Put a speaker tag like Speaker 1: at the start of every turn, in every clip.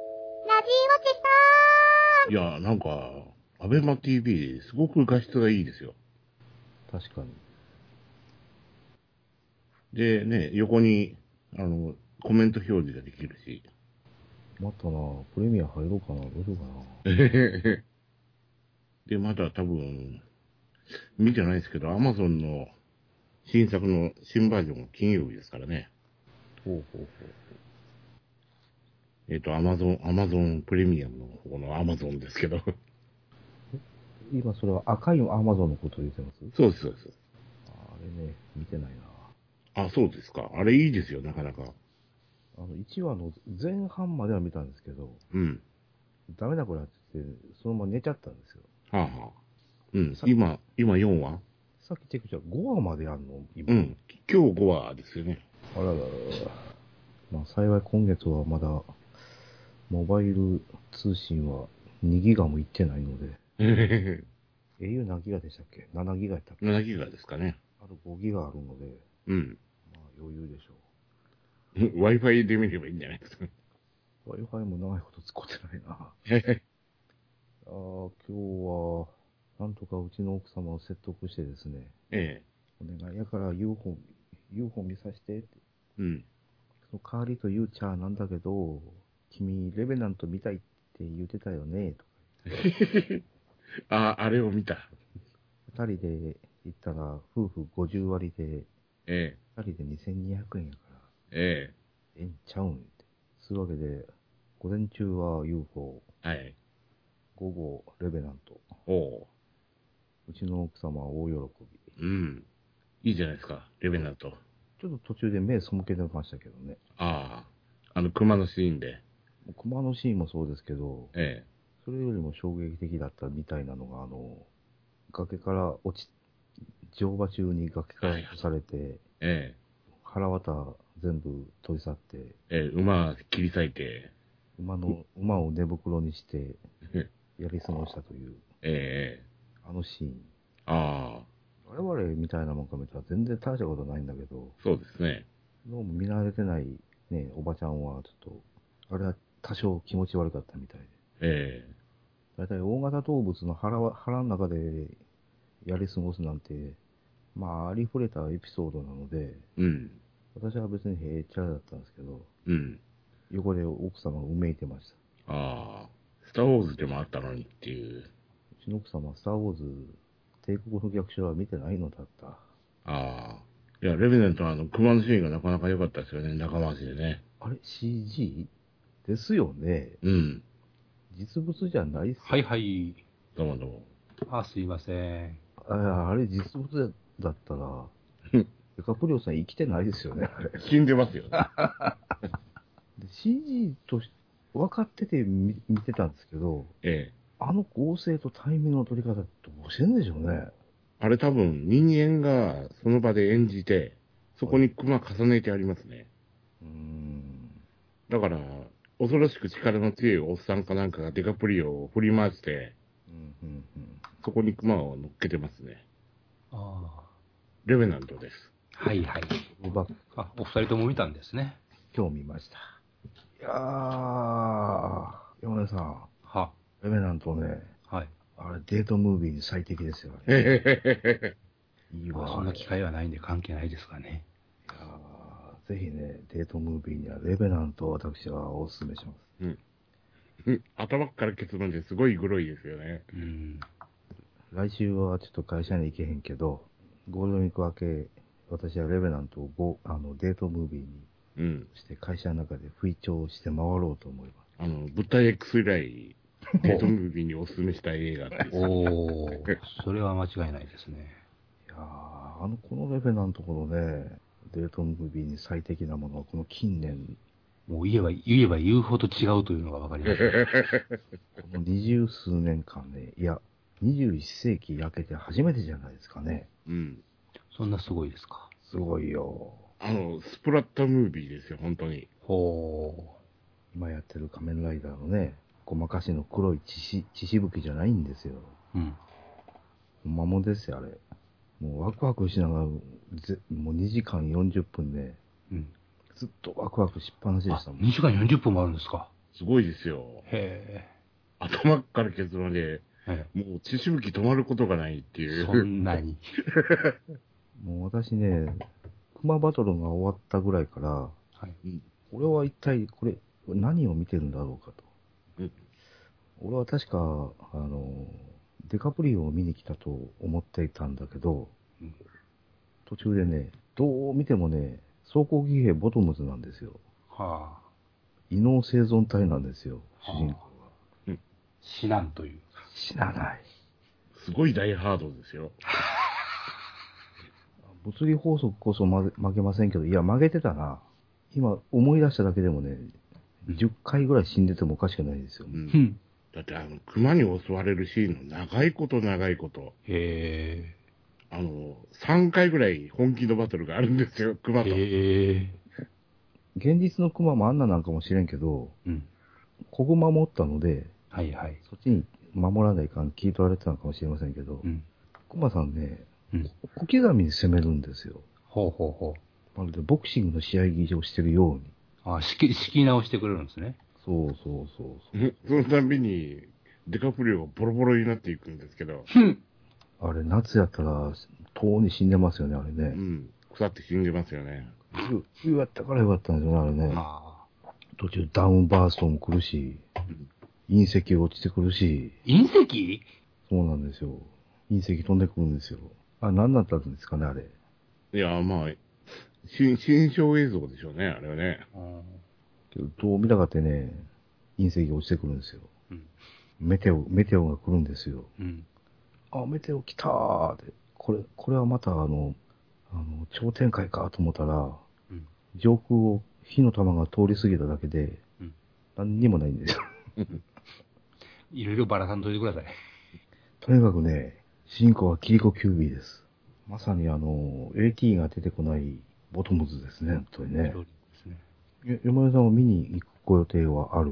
Speaker 1: 落ちした
Speaker 2: いや、なんか、アベマ TV、すごく画質がいいですよ。
Speaker 3: 確かに。
Speaker 2: で、ね、横に、あの、コメント表示ができるし。
Speaker 3: またな、プレミア入ろうかな、どうしようかな。
Speaker 2: で、まだ多分、見てないですけど、アマゾンの新作の新バージョンが金曜日ですからね。
Speaker 3: ほうほう
Speaker 2: えっ、と、アマゾン、アマゾンプレミアムのこのアマゾンですけど。
Speaker 3: ほう。今それは赤いアマゾンのこと言ってます
Speaker 2: そうです、そうです。
Speaker 3: ああれね、見てないな。
Speaker 2: あ、そうですか。あれいいですよ、なかなか。
Speaker 3: あの、1話の前半までは見たんですけど、
Speaker 2: うん。
Speaker 3: ダメだこれって言って、そのまま寝ちゃったんですよ。
Speaker 2: はあ、はあ、うん。
Speaker 3: さ
Speaker 2: 今、今4話
Speaker 3: さっきチェックしたら5話までやんの今。
Speaker 2: うん。今日5話ですよ ね。
Speaker 3: あらららら。まあ幸い今月はまだ、モバイル通信は2ギガもいってないので、
Speaker 2: 7
Speaker 3: au 何ギガでしたっけ ?7 ギガやったっけ
Speaker 2: ギガですかね。
Speaker 3: あと5ギガあるので、
Speaker 2: うん。
Speaker 3: まあ余裕でしょ
Speaker 2: Wi-Fi で見ればいいんじゃないですか。
Speaker 3: う。Wi-Fi も長いこと使ってないな。 ああ、今日は、なんとかうちの奥様を説得してですね、
Speaker 2: ええ。
Speaker 3: お願いやから UFO、UFO 見させてって、
Speaker 2: うん。
Speaker 3: その代わりと言うちゃなんだけど、君、レベナント見たいって言ってたよね、とか。
Speaker 2: あ、あれを見た。
Speaker 3: 二人で行ったら、夫婦50割で、
Speaker 2: え
Speaker 3: 二人で2200円やから、
Speaker 2: え。え
Speaker 3: ええんちゃうんって。するわけで、午前中は UFO、
Speaker 2: え。はい。
Speaker 3: 午後レベナント。
Speaker 2: おう。
Speaker 3: うちの奥様は大喜
Speaker 2: う
Speaker 3: び。
Speaker 2: ん。いいじゃないですか。レベナント。
Speaker 3: ちょっと途中で目背けてましたけどね。
Speaker 2: ああ。あの、熊のシーンで。
Speaker 3: コマのシーンもそうですけど、
Speaker 2: え
Speaker 3: それよりも衝撃的だったみたいなのが、あの、崖から落ち、乗馬中に崖から落とされて、
Speaker 2: え。え
Speaker 3: 腹渡全部取り去って、
Speaker 2: え。ええ。馬切り裂いて。
Speaker 3: 馬の、馬を寝袋にして、
Speaker 2: え
Speaker 3: やり過ごしたという、
Speaker 2: え。
Speaker 3: あのシーン。
Speaker 2: ああ。
Speaker 3: 我々みたいなもんか見たら全然大したことないんだけど、
Speaker 2: そうですね。
Speaker 3: どうも見慣れてないね、おばちゃんはちょっと、あれは多少気持ち悪かったみたいで。
Speaker 2: ええ。
Speaker 3: だいたい大型動物の腹は、腹の中でやり過ごすなんて、まあ、ありふれたエピソードなので、
Speaker 2: うん。
Speaker 3: 私は別にへえちゃらだったんですけど、
Speaker 2: うん。
Speaker 3: 横で奥様がうめいてました。
Speaker 2: ああ。スターウォーズでもあったのにっていう。
Speaker 3: うちの奥様はスター・ウォーズ、帝国の逆襲は見てないのだった。
Speaker 2: ああ。いや、レベナントのあの、熊のシーンがなかなか良かったですよね。仲間足でね。
Speaker 3: あれ ?CG? ですよね。
Speaker 2: うん。
Speaker 3: 実物じゃないっすよ
Speaker 4: はいはい。
Speaker 2: どうもどうも。
Speaker 4: あ、すいません。
Speaker 3: ああれ実物だった ら
Speaker 2: うん、
Speaker 3: デカプリオさん生きてないですよね、あれ。
Speaker 2: 死んでますよ。
Speaker 3: で CG とし分かってて見見てたんですけど、
Speaker 2: ええ。
Speaker 3: あの合成とタイミングの取り方ってどうしてんでしょうね。
Speaker 2: あれ多分、人間がその場で演じて、そこに熊重ねてありますね。
Speaker 3: うーん。
Speaker 2: だから、恐ろしく力の強いおっさんかなんかがデカプリオを振り回して、
Speaker 3: うんうんうん
Speaker 2: そこに熊を乗っけてますね。
Speaker 4: あ
Speaker 2: レベナントです。
Speaker 4: あ。はいはい。
Speaker 3: ロバ
Speaker 4: あ、お二人とも見たんですね。
Speaker 3: 今日見ました。いやー、山根さん、
Speaker 4: は、
Speaker 3: レベナントね、
Speaker 4: はい。
Speaker 3: あれデートムービーに最適ですよ、あ
Speaker 2: え
Speaker 3: れ。
Speaker 2: え
Speaker 3: いい
Speaker 4: まあ
Speaker 3: わ。
Speaker 4: そんな機会はないんで関係ないですがね。
Speaker 3: いやーぜひね、デートムービーにはレベナントを私はお勧めします。
Speaker 2: うん頭から結論ですごいグロいですよね。
Speaker 4: うん。
Speaker 3: 来週はちょっと会社に行けへんけど、ゴールデンウィーク明け、私はレベナントをごあのデートムービーに
Speaker 2: うん。
Speaker 3: して会社の中で吹聴して回ろうと思いま
Speaker 2: あの、物体 X 以来、デートムービーにおすすめしたい映画です。
Speaker 4: おー、それは間違いないですね。
Speaker 3: す。いやーあの、このレベナントこのね、デートムービーに最適なものはこの近年、
Speaker 4: もう言えば、言えば言うほど違うというのがわかります。
Speaker 3: この二十数年間ね、いや、21世紀明けて初めてじゃないですかね。
Speaker 2: うん。
Speaker 4: そんなすごいですか。
Speaker 3: すごいよ。
Speaker 2: あの、スプラッタムービーですよ、本当に。
Speaker 4: ほ
Speaker 3: 今やってる仮面ライダーのね、ごまかしの黒い血し血しぶきじゃないんですよ。
Speaker 4: う。うん。
Speaker 3: ほんまもんですよ、あれ。もうワクワクしながら、ぜもう2時間40分で、
Speaker 4: うん。
Speaker 3: ずっとワクワクしっぱなしで
Speaker 4: あ
Speaker 3: した、もん。
Speaker 4: 2時間40分もあるんですか。
Speaker 2: すごいですよ。
Speaker 4: へ
Speaker 2: 頭からケツまで、
Speaker 4: え。え
Speaker 2: もう血しぶき止まることがないってい
Speaker 4: え
Speaker 2: う。
Speaker 4: そんなに。
Speaker 3: もう私ね、クマバトルが終わったぐらいから、
Speaker 4: はい。
Speaker 3: 俺は一体これ、何を見てるんだろうかと。
Speaker 2: うん
Speaker 3: 俺は確か、あの、デカプリオを見に来たと思っていたんだけど、
Speaker 4: うん
Speaker 3: 途中でね、どう見てもね、装甲騎兵ボトムズなんですよ。
Speaker 4: は
Speaker 3: 異能生存体なんですよ、
Speaker 4: あ。
Speaker 3: 主人公。
Speaker 4: はあ死なんという。
Speaker 3: 死なない。
Speaker 2: すごい大ハードですよ。
Speaker 3: 物理法則こそ負け負けませんけど、いや、負けてたな。今、思い出しただけでもね、10回ぐらい死んでてもおかしくないですよ
Speaker 2: う。ん
Speaker 4: うん。
Speaker 2: だって、あの、熊に襲われるシーンの長いこと長いこと、
Speaker 4: へ
Speaker 2: あの、3回ぐらい本気のバトルがあるんですよ、
Speaker 4: え。
Speaker 2: 熊と。
Speaker 4: へえ。
Speaker 3: 現実の熊もあんななんかもしれんけど、
Speaker 4: うん。
Speaker 3: 子熊持ったので、
Speaker 4: はいはい。
Speaker 3: そっちに守らないかん聞い取られてたのかもしれませんけど
Speaker 4: う、ん。
Speaker 3: 熊さんね
Speaker 4: うん、
Speaker 3: 小刻みに攻めるんですよ。
Speaker 4: ほうほうほ
Speaker 3: まるでボクシングの試合技をしてるように。
Speaker 4: う。ああ、仕切仕切り直してくれるんですね。
Speaker 3: そうそうそうそう。
Speaker 2: うんそのたんびに、デカプリオがボロボロになっていくんですけど、
Speaker 3: あれ、夏やったら、とうに死んでますよね、あれ
Speaker 2: う
Speaker 3: ね。
Speaker 2: ん、腐って死んでますよね。
Speaker 3: 冬冬やったからよかったんですよね、あれね。
Speaker 4: ああ。
Speaker 3: 途中ダウンバーストも来るし、隕石落ちてくるし、
Speaker 4: 隕石
Speaker 3: そうなんですよ。隕石飛んでくるんですよ。あ、何だったんですかね、あれ。
Speaker 2: いや、まあ、新、新象映像でしょうね、あれはね。
Speaker 4: うん。
Speaker 3: けど、どう見たかってね、隕石落ちてくるんですよ。
Speaker 4: うん
Speaker 3: メテオ、メテオが来るんですよ。
Speaker 4: うん。
Speaker 3: あ、メテオ来たーって。これ、これはまたあの、あの、超展開かと思ったら、
Speaker 4: うん
Speaker 3: 上空を火の玉が通り過ぎただけで、
Speaker 4: うん
Speaker 3: 何にもないんですよ。
Speaker 4: いろいろばらさんといてください。
Speaker 3: とにかくね、主人公はキリコ・キュービーです。まさにあの、AT が出てこないボトムズですね、本当にね
Speaker 4: いろ。いろですね。
Speaker 3: よ山根さんを見に行くご予定はある。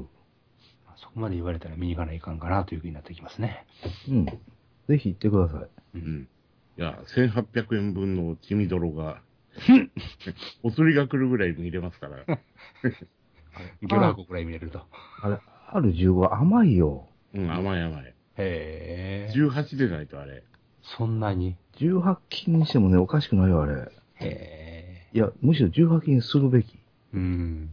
Speaker 4: まあそこまで言われたら見に行かないかんかなというふうになってきますね。
Speaker 3: うん。ぜひ行ってくださ
Speaker 2: う
Speaker 3: い。
Speaker 4: う。
Speaker 2: んん。いや、1800円分の血みどろが、 お釣りが来るぐらい見れますから。
Speaker 4: 魚卵くらい見れると。
Speaker 3: あれ、R15 甘いよ。
Speaker 2: うん、甘い甘い。
Speaker 4: へえ。
Speaker 2: 18でないとあれ。
Speaker 4: そんなに。
Speaker 3: 18金にしてもね、おかしくないよ、あれ。
Speaker 4: へえ。
Speaker 3: いや、むしろ18金にするべき。
Speaker 4: うん。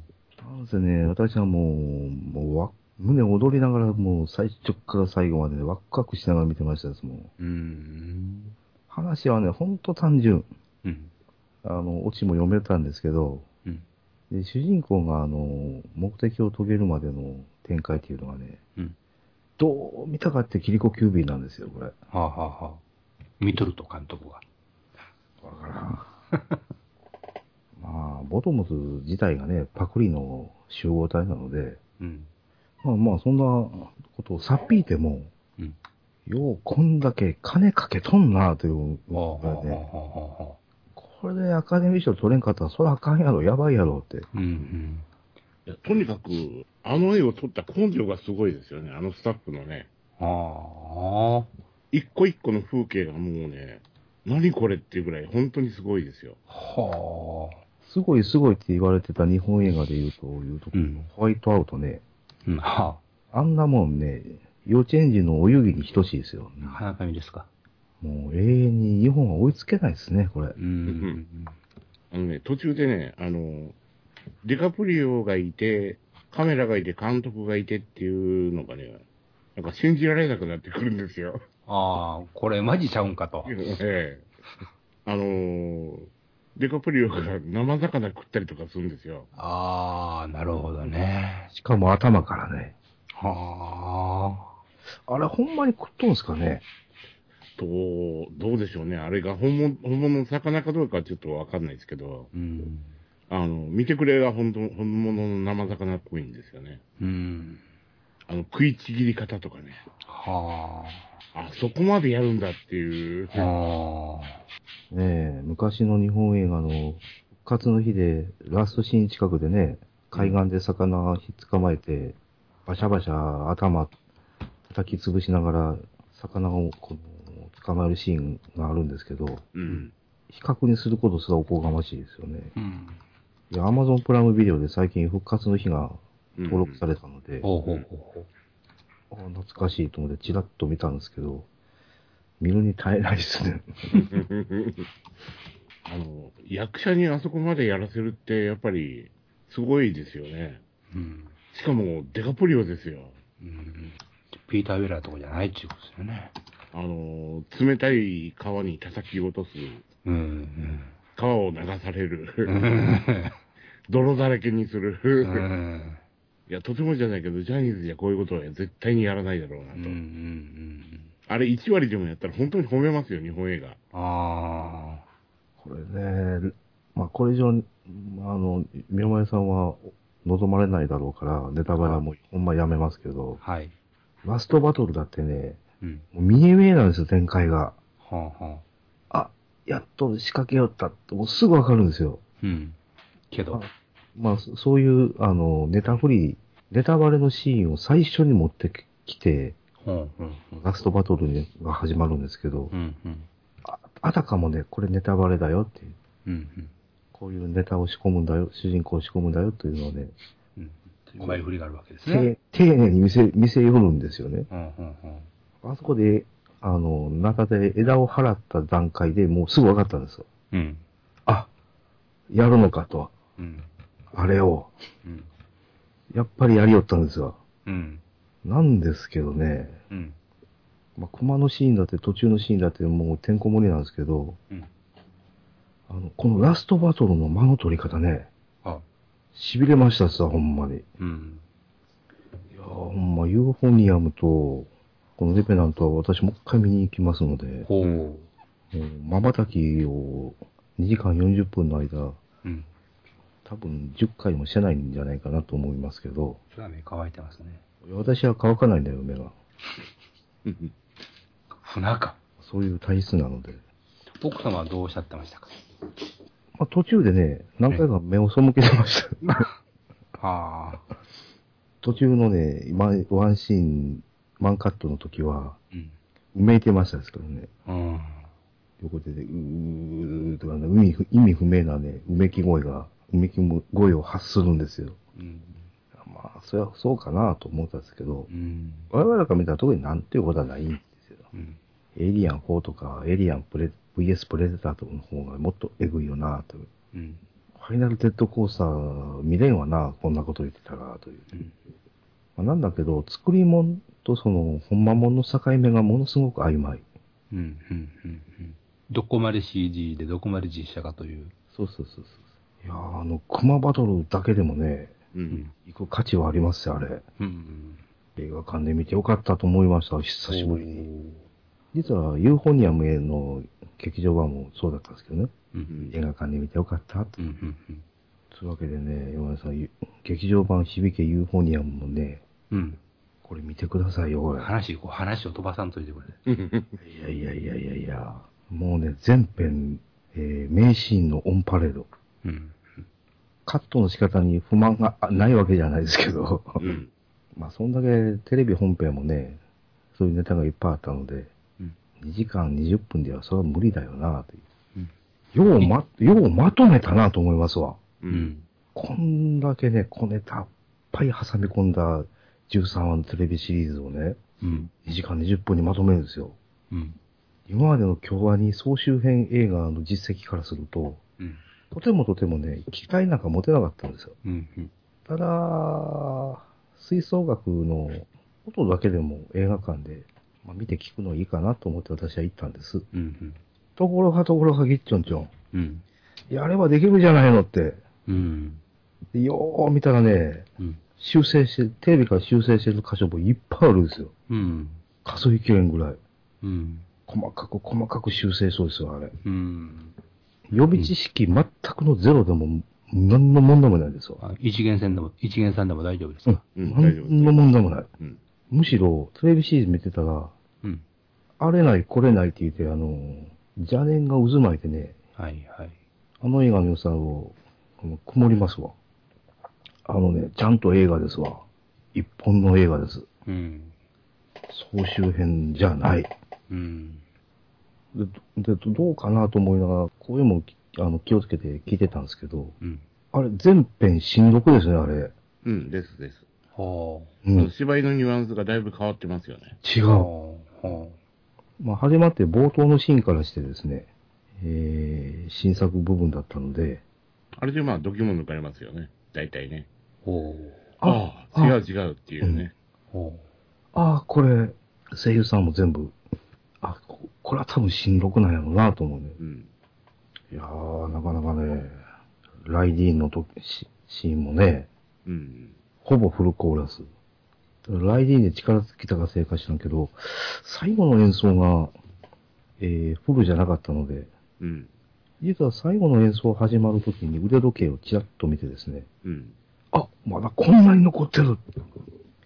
Speaker 3: なんせね、私はもう、もうわ、胸躍りながら、もう最初から最後まで、ね、ワクワクしながら見てましたです、もう。
Speaker 4: うん。
Speaker 3: 話はね、ほんと単純。
Speaker 4: うん。
Speaker 3: あの、オチも読めたんですけど、
Speaker 4: うん。
Speaker 3: で主人公が、あの、目的を遂げるまでの展開っていうのがね、
Speaker 4: うん
Speaker 3: どう見たかってキリコキュービーなんですよ、これ。わ
Speaker 4: はあ、はあはあ、見とると監督が。
Speaker 3: からん。 まあ、ボトムズ自体がね、パクリの集合体なので、
Speaker 4: うん。
Speaker 3: まあまあ、そんなことをさっぴいても、
Speaker 4: うん
Speaker 3: ようこんだけ金かけとんなという、
Speaker 4: はあ、はあ、はあ、は
Speaker 3: ね、
Speaker 4: あ、はあ。
Speaker 3: これでアカデミー賞取れんかったら、そらあかんやろ、やばいやろって。
Speaker 4: うん。
Speaker 2: いやとにかく、あの絵を撮った根性がすごいですよね、あのスタッフのね。
Speaker 4: うん。は
Speaker 2: 一個一個の風景がもうね、何これっていうぐらい本当にすごいですよ。
Speaker 4: あ。はあ。
Speaker 3: すごいすごいって言われてた日本映画で言うと、いうとこ
Speaker 4: うん。
Speaker 3: ホワイトアウトね、
Speaker 4: うんは
Speaker 3: あんなもんね、幼稚園児のお遊戯に等しいですよ。
Speaker 4: あ。花神ですか。
Speaker 3: もう永遠に日本は追いつけないですね、これ
Speaker 4: う。ん。
Speaker 2: あのね、途中でね、あの、デカプリオがいて、カメラがいて、監督がいてっていうのがね、なんか信じられなくなってくるんですよ。
Speaker 4: ああ、これマジちゃうんかと。
Speaker 2: ええ。あのーデカプリオが生魚食ったりとかするんですよ。
Speaker 4: ああ、なるほどね。
Speaker 3: しかも頭からね。
Speaker 4: は
Speaker 3: あれ、ほんまに食っとんすかね
Speaker 2: と、どうでしょうね。あれが本物、本物の魚かどうかはちょっとわかんないですけど、
Speaker 4: あ。うん。
Speaker 2: あの、見てくれが本当、本物の生魚っぽいんですよね。
Speaker 4: うん。
Speaker 2: あの、食いちぎり方とかね。
Speaker 4: は
Speaker 2: あ、そこまでやるんだっていう。
Speaker 4: あ。はあ。
Speaker 3: ねえ、昔の日本映画の復活の日で、ラストシーン近くでね、海岸で魚ひっ捕まえて、バシャバシャ頭叩き潰しながら、魚をこう捕まえるシーンがあるんですけど、
Speaker 2: うん。
Speaker 3: 比較にすることすらおこがましいですよね。
Speaker 4: うん。
Speaker 3: いや、アマゾンプライムビデオで最近復活の日が
Speaker 2: うん
Speaker 3: 登録されたので、
Speaker 4: ほうほうほうほう。
Speaker 3: あー懐かしいと思ってチラッと見たんですけど、見るに耐えないですね。
Speaker 2: あの、役者にあそこまでやらせるって、やっぱり、すごいですよね。
Speaker 4: うん。
Speaker 2: しかも、デカプリオですよ。
Speaker 4: うん。ピーター・ウェラーとかじゃないっちゅうことですよね。
Speaker 2: あの、冷たい川に叩き落とす、
Speaker 4: うん。
Speaker 2: 川を流され
Speaker 4: う
Speaker 2: る、
Speaker 4: ん。
Speaker 2: 泥だらけにす
Speaker 4: う
Speaker 2: る。
Speaker 4: ん。
Speaker 2: いや、とてもじゃないけど、ジャニーズじゃこういうことは絶対にやらないだろうな
Speaker 4: う
Speaker 2: と。
Speaker 4: ん。
Speaker 2: あれ、1割でもやったら本当に褒めますよ、日本映画。
Speaker 4: ああ。
Speaker 3: これね、まあこれ以上に、まああの、宮前さんは望まれないだろうから、ネタバレはもうほんまやめますけど、
Speaker 4: はい。
Speaker 3: ラストバトルだってね、
Speaker 4: うん。
Speaker 3: もう見え見えなんですよ、展開が。
Speaker 4: はあはあ。
Speaker 3: あ、やっと仕掛けよったって、もうすぐわかるんですよ。
Speaker 4: うん。けど
Speaker 3: あ。まあ、そそういう、あの、ネタフリー、ネタバレのシーンを最初に持ってきて、
Speaker 4: うん。うん。
Speaker 3: ラストバトルが始まるんですけど
Speaker 4: う、ん。うん。
Speaker 3: ああたかもね、これネタバレだよっていう、
Speaker 4: うん。
Speaker 3: こういうネタを仕込むんだよ、主人公を仕込むんだよというのをね、
Speaker 4: うん。怖い振りがあるわけですね。
Speaker 3: て丁寧に見せ、見せよるんですよね。
Speaker 4: うん。うん。うん。
Speaker 3: あそこで、あの、中で枝を払った段階でもうすぐ分かったんですよ。
Speaker 4: うん。
Speaker 3: あ、やるのかと、
Speaker 4: うん。
Speaker 3: あれを、
Speaker 4: うん。
Speaker 3: やっぱりやりよったんですよ。
Speaker 4: うん。
Speaker 3: なんですけどね、
Speaker 4: うん。
Speaker 3: まあ、駒のシーンだって途中のシーンだってもうてんこ盛りなんですけど、
Speaker 4: うん
Speaker 3: あの、このラストバトルの間の取り方ね、
Speaker 4: あ、
Speaker 3: 痺れましたさ、ほんまに。い
Speaker 4: うん。
Speaker 3: やーほんま、ユーフォニアムと、このレペナントは私もう一回見に行きますので、
Speaker 4: ほう。
Speaker 3: まばたきを2時間40分の間、
Speaker 4: うん。
Speaker 3: 多分10回もしてないんじゃないかなと思いますけど、
Speaker 4: それは目乾いてますね。
Speaker 3: 私は乾かないんだよ、目が。
Speaker 4: 船か。
Speaker 3: そういう体質なので。
Speaker 4: 奥様はどうおっしゃってましたか
Speaker 3: まあ、途中でね、何回か目を背けてました。
Speaker 4: ああ。
Speaker 3: 途中のね、今ワンシーン、ワンカットの時は、
Speaker 4: うん。
Speaker 3: うめいてましたですけどね。
Speaker 4: うん。
Speaker 3: 横手で、うーとかね、意味不意味不明なね、うめき声が、うめき声を発するんですよ。
Speaker 4: うん。
Speaker 3: まあ、それはそうかなと思ったんですけど
Speaker 4: う、ん。
Speaker 3: 我々から見たら特になんていうことはないんですよ。
Speaker 4: うん。
Speaker 3: エイリアン4とか、エイリアンプレ VS プレデターとの方がもっとエグいよなという。
Speaker 4: うん。
Speaker 3: ファイナルテッドコースター見れんわな、こんなこと言ってたら、という。
Speaker 4: うん。
Speaker 3: まあ、なんだけど、作り物とその、ほんま物の境目がものすごく曖昧。
Speaker 4: うん。うん。うん。どこまで CG でどこまで実写かという。
Speaker 3: そうそうそうそう。いやーあの、クマバトルだけでもね、
Speaker 2: うん。
Speaker 3: 行く価値はありますよ、あれ。
Speaker 4: うん。
Speaker 3: 映画館で見てよかったと思いました、久しぶりに。
Speaker 4: に。
Speaker 3: 実は、ユーフォニアムへの劇場版もそうだったんですけどね。
Speaker 4: うん。
Speaker 3: 映画館で見てよかったと。
Speaker 4: うん。うん。
Speaker 3: そういうわけでね、山田さん、ゆ劇場版響けユーフォニアムもね、
Speaker 4: うん。
Speaker 3: これ見てくださいよ、これ。
Speaker 4: 話、こう話を飛ばさんといてくれ。
Speaker 3: いやいやいやいやいや、もうね、全編、えー名シーンのオンパレード。
Speaker 4: うん。
Speaker 3: カットの仕方に不満があないわけじゃないですけど、
Speaker 2: うん。
Speaker 3: まあ、そんだけテレビ本編もね、そういうネタがいっぱいあったので、
Speaker 4: うん
Speaker 3: 2時間20分ではそれは無理だよなと
Speaker 4: うん
Speaker 3: いう、ようま、ようまとめたなと思いますわ。
Speaker 2: う。
Speaker 4: うんん。
Speaker 3: こんだけね、小ネタいっぱい挟み込んだ13話のテレビシリーズをね、
Speaker 4: うん。
Speaker 3: 2時間20分にまとめるんですよ。
Speaker 4: うん。
Speaker 3: 今までの共和に総集編映画の実績からすると、
Speaker 4: うん。
Speaker 3: とてもとてもね、機会なんか持てなかったんですよ。
Speaker 4: うん。
Speaker 3: ただ、吹奏楽の音だけでも映画館で、まあ、見て聞くのいいかなと思って私は行ったんです。
Speaker 4: うん。
Speaker 3: ところがところがぎっちょんちょん。
Speaker 4: うん。
Speaker 3: やればできるじゃないのって。
Speaker 4: うん。
Speaker 3: でよー見たらね、
Speaker 4: うん。
Speaker 3: 修正して、テレビから修正してる箇所もいっぱいあるんですよ。
Speaker 4: うん。
Speaker 3: 数えきれんぐらい。
Speaker 4: うん。
Speaker 3: 細かく細かく修正そうですよ、あれ。
Speaker 4: うん。
Speaker 3: 予備知識全くのゼロでも、何の問題もないですよ。
Speaker 4: あ一元線でも、一元さんでも大丈夫です
Speaker 3: うん
Speaker 4: か、
Speaker 2: うん大丈夫です
Speaker 3: 何の問題もない。
Speaker 2: うん
Speaker 3: むしろ、テレビシリーズ見てたら、
Speaker 4: うん。
Speaker 3: あれない、これないって言って、あの、邪念が渦巻いてね、
Speaker 4: はいはい。
Speaker 3: あの映画の良さを、この曇りますわ。あのね、ちゃんと映画ですわ。一本の映画です。
Speaker 4: うん。
Speaker 3: 総集編じゃない。
Speaker 4: うん。
Speaker 3: で、でどうかなと思いながら、声もあの気をつけて聞いてたんですけど、
Speaker 4: うん。
Speaker 3: あれ、全編しんどくですね、あれ。
Speaker 2: うん、ですです。
Speaker 4: はあ。
Speaker 3: うん。
Speaker 2: 芝居のニュアンスがだいぶ変わってますよね。
Speaker 3: 違
Speaker 4: は
Speaker 3: う。
Speaker 4: あ。は
Speaker 3: まあ、始まって冒頭のシーンからしてですね、えー、新作部分だったので、
Speaker 2: あれでまあ、度肝抜かれますよね。大体ね。
Speaker 4: あ。おう
Speaker 2: ああ、
Speaker 3: あ
Speaker 2: 違う違うっていうね。
Speaker 4: おう
Speaker 3: ああ、これ、声優さんも全部、あ、ここれは多分新録なんやろうなと思うね。
Speaker 2: うん。
Speaker 3: いやー、なかなかね、ライディーンのとシシーンもね、
Speaker 2: うん。
Speaker 3: ほぼフルコーラス。ライディーンで力尽きたか正解したんけど、最後の演奏が、えー、フルじゃなかったので、
Speaker 2: うん。
Speaker 3: 実は最後の演奏始まるときに腕時計をちらっと見てですね、
Speaker 2: うん。
Speaker 3: あ、まだこんなに残ってる。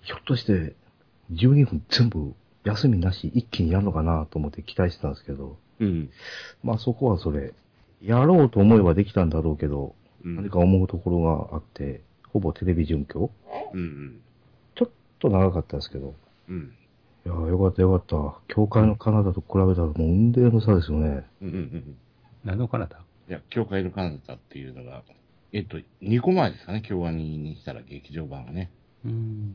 Speaker 3: ひょっとして、12分全部休みなし一気にやるのかなと思って期待してたんですけど、
Speaker 2: うん。
Speaker 3: まあそこはそれ、やろうと思えばできたんだろうけど、
Speaker 2: うん。
Speaker 3: 何か思うところがあって、ほぼテレビ準拠
Speaker 2: うん。うん。
Speaker 3: ちょっと長かったですけど、
Speaker 2: うん。
Speaker 3: いやーよかったよかった。教会のカナダと比べたらもう運命の差ですよね。
Speaker 2: うん。うん。
Speaker 4: 何の彼方
Speaker 2: いや、教会のカナダっていうのが、えっと、2個前ですかね、京アニにしたら劇場版はね。
Speaker 4: うん。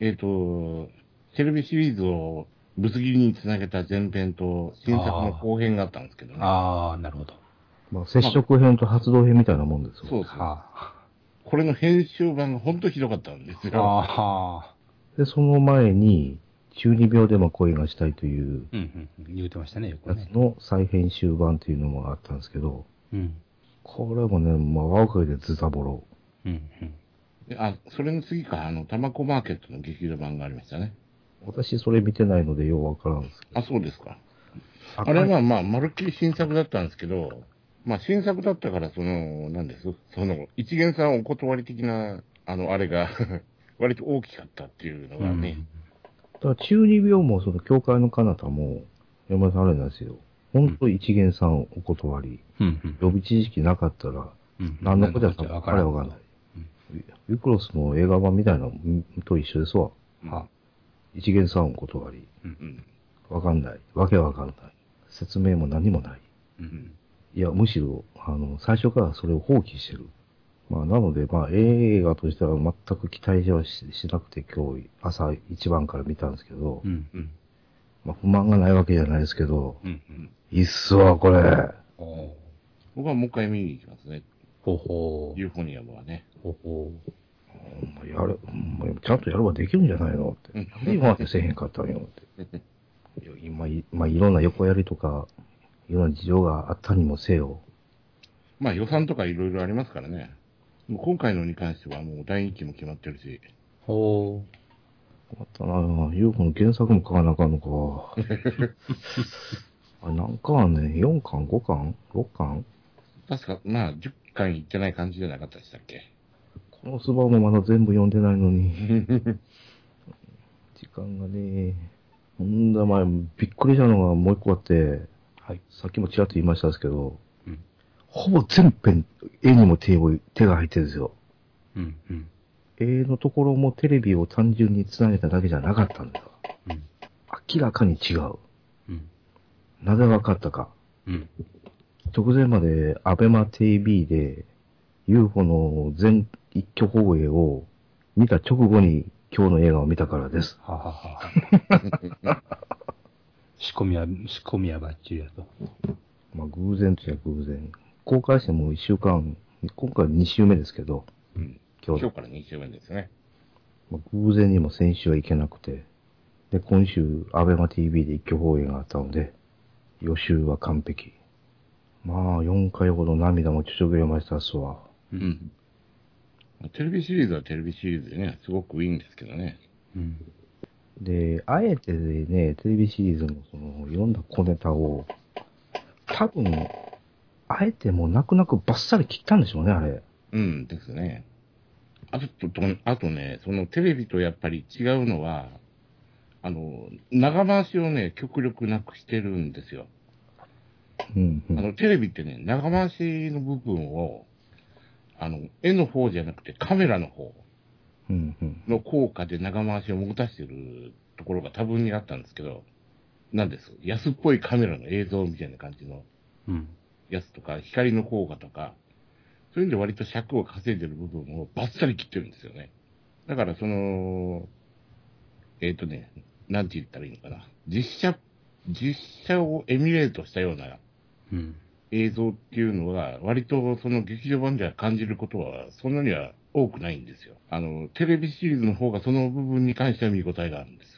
Speaker 2: えっと、テレビシリーズをぶつ切りにつなげた前編と新作の後編があったんですけどね。
Speaker 4: ああ、なるほど。
Speaker 3: まあ接触編と発動編みたいなもんですよ。
Speaker 2: そうそう。
Speaker 4: は
Speaker 2: これの編集版が本当ひどかったんです
Speaker 4: あ。
Speaker 2: よ。
Speaker 4: ああ。
Speaker 3: で、その前に、中二病でも恋がしたいという
Speaker 4: うんうんうん。言うてましたね、よく
Speaker 3: や
Speaker 4: ね
Speaker 3: つ。の再編集版というのもあったんですけど、
Speaker 4: うん。
Speaker 3: これもね、まあ、輪をかけてズタボロ。
Speaker 4: うん
Speaker 2: であ、それの次か、あの、タマコマーケットの劇場版がありましたね。
Speaker 3: 私それ見てないのでようわからんですけ
Speaker 2: あ、そうですか。
Speaker 3: ど。
Speaker 2: あれ
Speaker 3: は
Speaker 2: はまあ、まるっきり新作だったんですけど、まあ、新作だったから、その、なんです、その、一元さんお断り的な、あの、あれが、 割と大きかったっていうの
Speaker 4: うん。う
Speaker 2: が
Speaker 4: ん
Speaker 2: ね、
Speaker 3: だから中二病も、その、教会の彼方も、山田さんあれなんですよ。本当一元さんお断り。
Speaker 4: うん
Speaker 3: 予備知識なかったら、
Speaker 4: うん。
Speaker 3: 何のことや
Speaker 4: っ
Speaker 3: った
Speaker 4: た
Speaker 3: のかわかんない。
Speaker 4: うん
Speaker 3: ウィクロスの映画版みたいなのと一緒ですわ。
Speaker 4: は
Speaker 3: 一元さんお断り。
Speaker 2: うん。
Speaker 3: わかんない。わけわかんない。説明も何もない。
Speaker 4: うん。
Speaker 3: いや、むしろ、あの、最初からそれを放棄してる。まあ、なので、まあ、映画としては全く期待はししなくて、今日、朝一番から見たんですけど、
Speaker 4: うん。
Speaker 2: うん。
Speaker 3: まあ、不満がないわけじゃないですけど、
Speaker 4: うんうん。
Speaker 3: いいっすわ、これ。
Speaker 4: おお。
Speaker 2: 僕はもう一回見に行きますね、
Speaker 4: ほうほう。
Speaker 2: ユーフォニアムはね。
Speaker 4: ほうほう。
Speaker 3: ほんまやる、ほんまちゃんとやればできるんじゃないのって。
Speaker 2: うん
Speaker 3: なんで今までせえへんかったんよって。いや今、いまあ、いろんな横やりとか、いろんな事情があったにもせよ。
Speaker 2: まあ、予算とかいろいろありますからね。もう今回のに関してはもう第一期も決まってるし、
Speaker 4: ほ
Speaker 3: 困ったなぁ。UFO の原作も買わなあかんの か。あれ何巻あんねん ?4 巻 ?5 巻 ?6 巻
Speaker 2: 確か、まあ、10巻いってない感じじゃなかったでしたっけ。
Speaker 3: このスバもまだ全部読んでないのに。 時間がねほんだ前、びっくりしたのがもう一個あって、
Speaker 4: はい
Speaker 3: さっきもちらっと言いましたですけど、
Speaker 4: うん
Speaker 3: ほぼ全編、絵にも手を手が入ってるんですよ。
Speaker 4: う。うんうん。
Speaker 3: 絵のところもテレビを単純に繋げただけじゃなかったんだよ。
Speaker 4: うん
Speaker 3: 明らかに違う。
Speaker 4: うん。
Speaker 3: なぜわかったか。
Speaker 4: うん。
Speaker 3: 直前までアベマ TV で UFO の全一挙放映を見た直後に今日の映画を見たからです。
Speaker 4: ははは。 仕込みは、仕込みはバッチリやと。
Speaker 3: まあ偶然といえば偶然。公開してもう一週間、今回2週目ですけど、
Speaker 2: うん。
Speaker 3: 今日
Speaker 2: 今日から2週目ですね。
Speaker 3: まあ偶然にも先週は行けなくて、で、今週アベマ TV で一挙放映があったので、予習は完璧。まあ4回ほど涙もちょちょぐれましたっすわ。
Speaker 4: う
Speaker 2: う。ん。テレビシリーズはテレビシリーズでね、すごくいいんですけどね。
Speaker 4: うん。
Speaker 3: で、あえてね、テレビシリーズのその、いろんな小ネタを、多分、あえてもう泣く泣くバッサリ切ったんでしょうね、あれ。
Speaker 2: うんですね。あと、とあとね、そのテレビとやっぱり違うのは、あの、長回しをね、極力なくしてるんですよ。
Speaker 3: うん、う
Speaker 2: あ
Speaker 3: ん。
Speaker 2: の、テレビってね、長回しの部分を、あの、絵の方じゃなくてカメラの方
Speaker 3: うん、うん。
Speaker 2: の効果で長回しを持たしてるところが多分にあったんですけど、なんです。安っぽいカメラの映像みたいな感じの
Speaker 4: うん。
Speaker 2: やつとか、光の効果とか、そういうんで割と尺を稼いでる部分をバッサリ切ってるんですよね。だからその、えっ、とね、なんて言ったらいいのかな。実写、実写をエミュレートしたような
Speaker 4: うん。
Speaker 2: 映像っていうのは、割とその劇場版では感じることは、そんなには多くないんですよ。あの、テレビシリーズの方がその部分に関しては見応えがあるんです。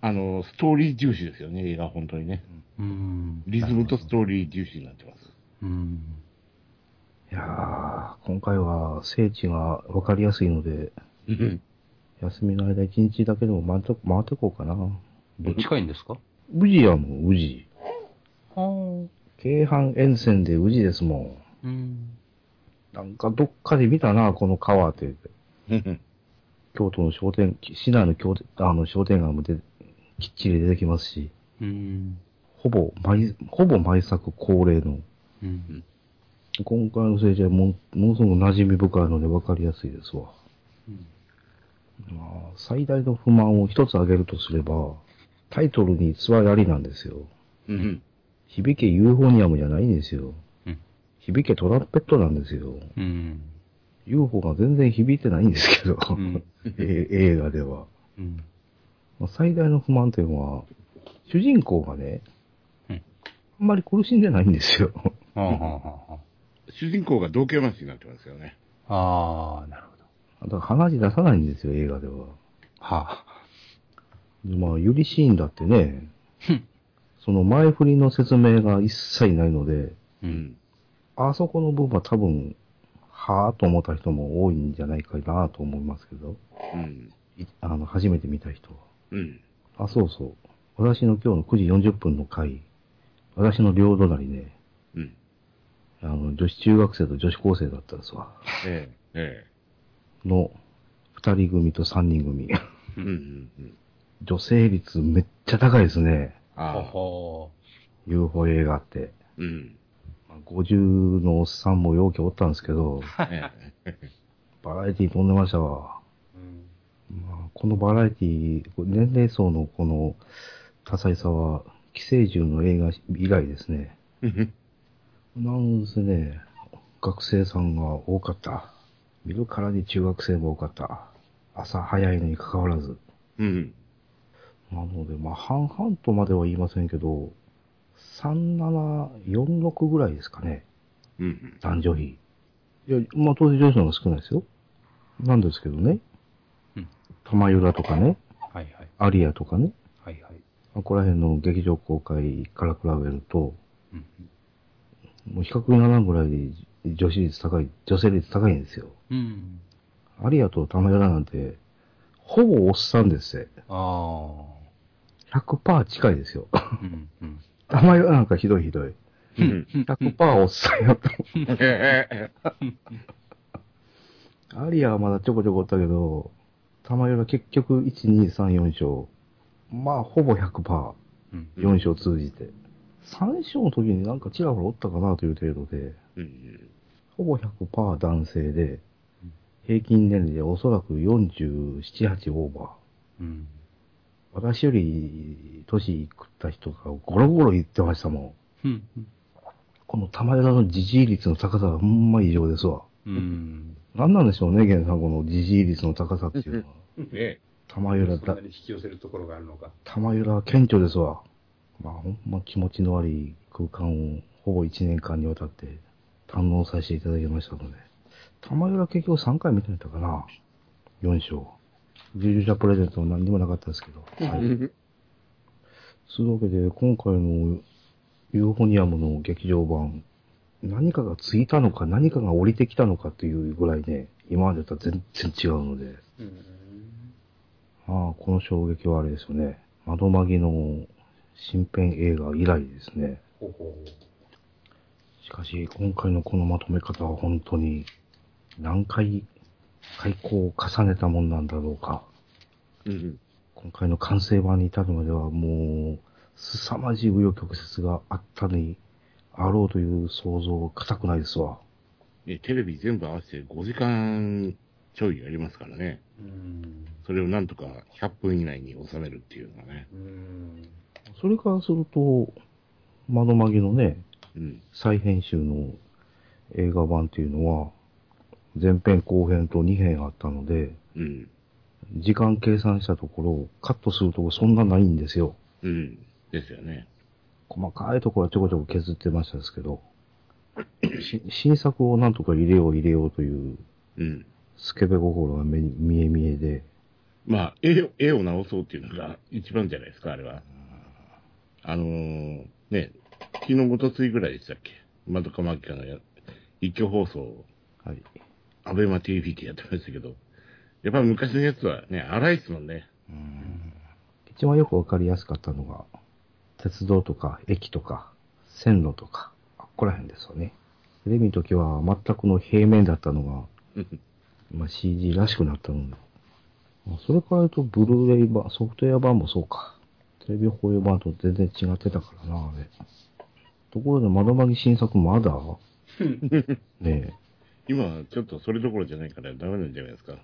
Speaker 2: あの、ストーリー重視ですよね、映画は本当にね。
Speaker 4: うん。
Speaker 2: リズムとストーリー重視になってます。
Speaker 4: うん。
Speaker 3: いやー、今回は聖地がわかりやすいので、
Speaker 2: うん
Speaker 3: 休みの間一日だけでも回って回ってこうかな。
Speaker 4: どっちがいいんですか
Speaker 3: 宇治やもん、宇治。
Speaker 4: ああ。う
Speaker 3: 京阪沿線で宇治ですもん。
Speaker 4: ん。
Speaker 3: なんかどっかで見たな、この川って。
Speaker 2: うん
Speaker 3: 京都の商店、市内の京あの商店街もできっちり出てきますし、
Speaker 4: うん。
Speaker 3: ほぼ毎、ほぼ毎作恒例の。
Speaker 4: うん。
Speaker 3: 今回の聖地はもものすごく馴染み深いので分かりやすいですわ。まあ、最大の不満を一つ挙げるとすれば、タイトルに偽りありなんですよ。
Speaker 2: うん
Speaker 3: 響けユーフォニアムじゃないんですよ。
Speaker 4: うん
Speaker 3: 響けトランペットなんですよ。
Speaker 4: うん。
Speaker 3: UFO が全然響いてないんですけど、
Speaker 4: ん
Speaker 3: え映画では。
Speaker 4: うん。
Speaker 3: まあ最大の不満点は、主人公がね、
Speaker 4: うん
Speaker 3: あんまり苦しんでないんですよ。
Speaker 4: ああ、は
Speaker 2: 主人公が同系マスになってますよね。
Speaker 4: あ、はあ。ああ、なるほど。
Speaker 3: だから話出さないんですよ、映画では。
Speaker 4: は
Speaker 3: でまあ、ユリシーンだってね
Speaker 4: うん、
Speaker 3: その前振りの説明が一切ないので、
Speaker 4: う。
Speaker 2: うんん。
Speaker 3: あそこの部分は多分、はぁと思った人も多いんじゃないかなと思いますけど、
Speaker 2: うん。
Speaker 3: いあの、初めて見た人は。
Speaker 2: うん。
Speaker 3: あ、そうそう。私の今日の9時40分の回、私の両隣ね、
Speaker 2: うん。
Speaker 3: あの、女子中学生と女子高生だったんですわ。
Speaker 2: ええ。え
Speaker 3: の、二人組と三人組。
Speaker 2: え。うん。うん。うん。
Speaker 3: 女性率めっちゃ高いですね。
Speaker 2: あ
Speaker 4: あ
Speaker 2: あ。
Speaker 4: は
Speaker 3: UFO 映画って。
Speaker 2: うん。
Speaker 3: まあ50のおっさんも容器おったんですけど、
Speaker 2: ええ。
Speaker 3: バラエティ飛んでましたわ。
Speaker 4: うん。
Speaker 3: まあ、このバラエティ、年齢層のこの多彩さは、寄生獣の映画以外ですね。
Speaker 2: うん
Speaker 3: なんですね、学生さんが多かった。見るからに中学生も多かった。朝早いのに関わらず。
Speaker 2: うん。
Speaker 3: なので、まあ、半々とまでは言いませんけど、37、46ぐらいですかね、
Speaker 2: うん。
Speaker 3: 男女比。いや、まあ、当然女子の方が少ないですよ。なんですけどね。
Speaker 4: うん
Speaker 3: 玉浦とかね、
Speaker 4: はいはい。
Speaker 3: アリアとかね、
Speaker 4: はいはい。
Speaker 3: ここら辺の劇場公開から比べると、
Speaker 4: うん。
Speaker 3: もう比較にならんぐらいで女子率高い、女性率高いんですよ。
Speaker 4: うん。
Speaker 3: アリアと玉浦なんて、ほぼおっさんですぜ。
Speaker 4: あ
Speaker 3: 100%近いですよ。
Speaker 4: あ。うん。うん。
Speaker 3: 玉浦なんかひどいひどい。
Speaker 2: うん。
Speaker 3: 100%おっさんやと
Speaker 2: ええ。ええ
Speaker 3: アリアはまだちょこちょこおったけど、玉よは結局、1、2、3、4章。まあ、ほぼ100%、
Speaker 4: うん。
Speaker 3: 4章通じて。3章の時になんかちらほらおったかなという程度で、
Speaker 2: うん。
Speaker 3: ほぼ100%男性で
Speaker 4: うん、
Speaker 3: 平均年齢でおそらく47、8オーバー。
Speaker 4: うん。
Speaker 3: 私より年いくった人がゴロゴロ言ってましたもん。
Speaker 4: うん。
Speaker 3: この玉よの自治率の高さはほんま異常ですわ。
Speaker 4: うん。
Speaker 3: なんなんでしょうね、源さん、この自治率の高さっていうのは。
Speaker 2: え
Speaker 3: 玉よ
Speaker 4: そ
Speaker 3: だ
Speaker 4: んな、に引き寄せるところがあるのか。
Speaker 3: 玉浦は顕著ですわ。まあ、ほんま気持ちの悪い空間をほぼ1年間にわたって堪能させていただきましたので。玉浦は結局3回見てみたかな。4章。従事者プレゼントも何にもなかったですけど。
Speaker 2: え。
Speaker 3: はい。
Speaker 2: うん
Speaker 3: そういうわけで、今回のユーフォニアムの劇場版、何かがついたのか何かが降りてきたのかというぐらいね、今までとは全然違うので。
Speaker 4: うん。
Speaker 3: ああ、この衝撃はあれですよね。窓まぎの新編映画以来ですね。
Speaker 4: ほうほ
Speaker 3: しかし、今回のこのまとめ方は本当に何回開口を重ねたもんなんだろうか。
Speaker 2: うん。
Speaker 3: 今回の完成版に至るまではもう、凄まじい紆余曲折があったにあろうという想像は固くないですわ。
Speaker 2: ねテレビ全部合わせて5時間ちょいやりますからね。
Speaker 4: う。うん。
Speaker 2: それをなんとか100分以内に収めるっていうのがね。
Speaker 4: うん。
Speaker 3: それからすると、窓まぎのね、
Speaker 2: うん。
Speaker 3: 再編集の映画版っていうのは、前編後編と2編あったので、
Speaker 2: うん。
Speaker 3: 時間計算したところ、カットするとこそんなないんですよ。
Speaker 2: うん。ですよね。
Speaker 3: 細かいところはちょこちょこ削ってましたですけど、し新作をなんとか入れよう入れようという、
Speaker 2: うん。
Speaker 3: スケベ心が目に見え見えで、
Speaker 2: まあ、絵を、絵を直そうっていうのが一番じゃないですか、あれは。あのーね、昨日ごとついぐらいでしたっけまどかまきかのや一挙放送、
Speaker 3: はい。
Speaker 2: アベマ TV ってやってましたけど、やっぱり昔のやつはね、荒いですもんね。
Speaker 3: 一番よくわかりやすかったのが、鉄道とか駅とか線路とか、ここら辺ですよね。テレビの時は全くの平面だったのが、まあ、CG らしくなったので。まあそれから言うと、ブルーレイ版、ソフトウェア版もそうか。テレビ放映版と全然違ってたからな、あれ。ところで、窓マギ新作まだねえ。
Speaker 2: 今はちょっとそれどころじゃないからダメなんじゃないですか。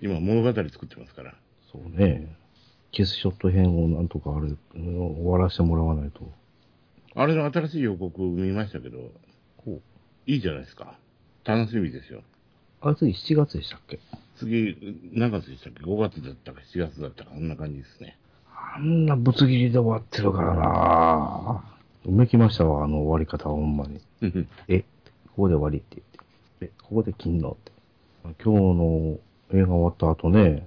Speaker 2: 今物語作ってますから。
Speaker 3: そうね。キスショット編をなんとかあれ、うん終わらせてもらわないと。
Speaker 2: あれの新しい予告を見ましたけど、
Speaker 3: こう。
Speaker 2: いいじゃないですか。楽しみですよ。
Speaker 3: あれ次7月でしたっけ
Speaker 2: 次、何月でしたっけ ?5 月だったか7月だったか、そんな感じですね。
Speaker 3: あんなぶつ切りで終わってるからなぁ。うめきましたわ、あの終わり方はほんまに。
Speaker 2: うん
Speaker 3: え、ここで終わりって言って。え、ここで切んのって。今日の映画終わった後ね、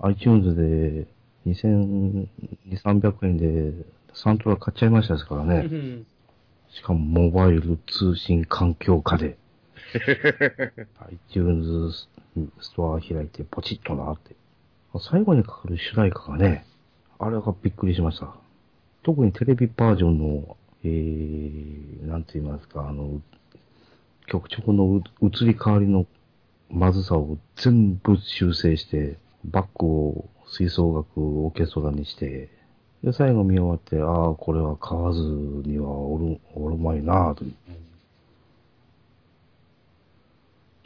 Speaker 3: iTunes で2200、300円でサントラ買っちゃいましたですからね。しかもモバイル通信環境下で。iTunes ストア開いてポチッとなって。最後にかかる主題歌がね、あれがびっくりしました。特にテレビバージョンの、えー、なんて言いますか、あの、曲調の移り変わりのまずさを全部修正して、バックを吹奏楽オーケストラにして、で、最後見終わって、ああ、これは買わずにはおる、おるまいなぁと。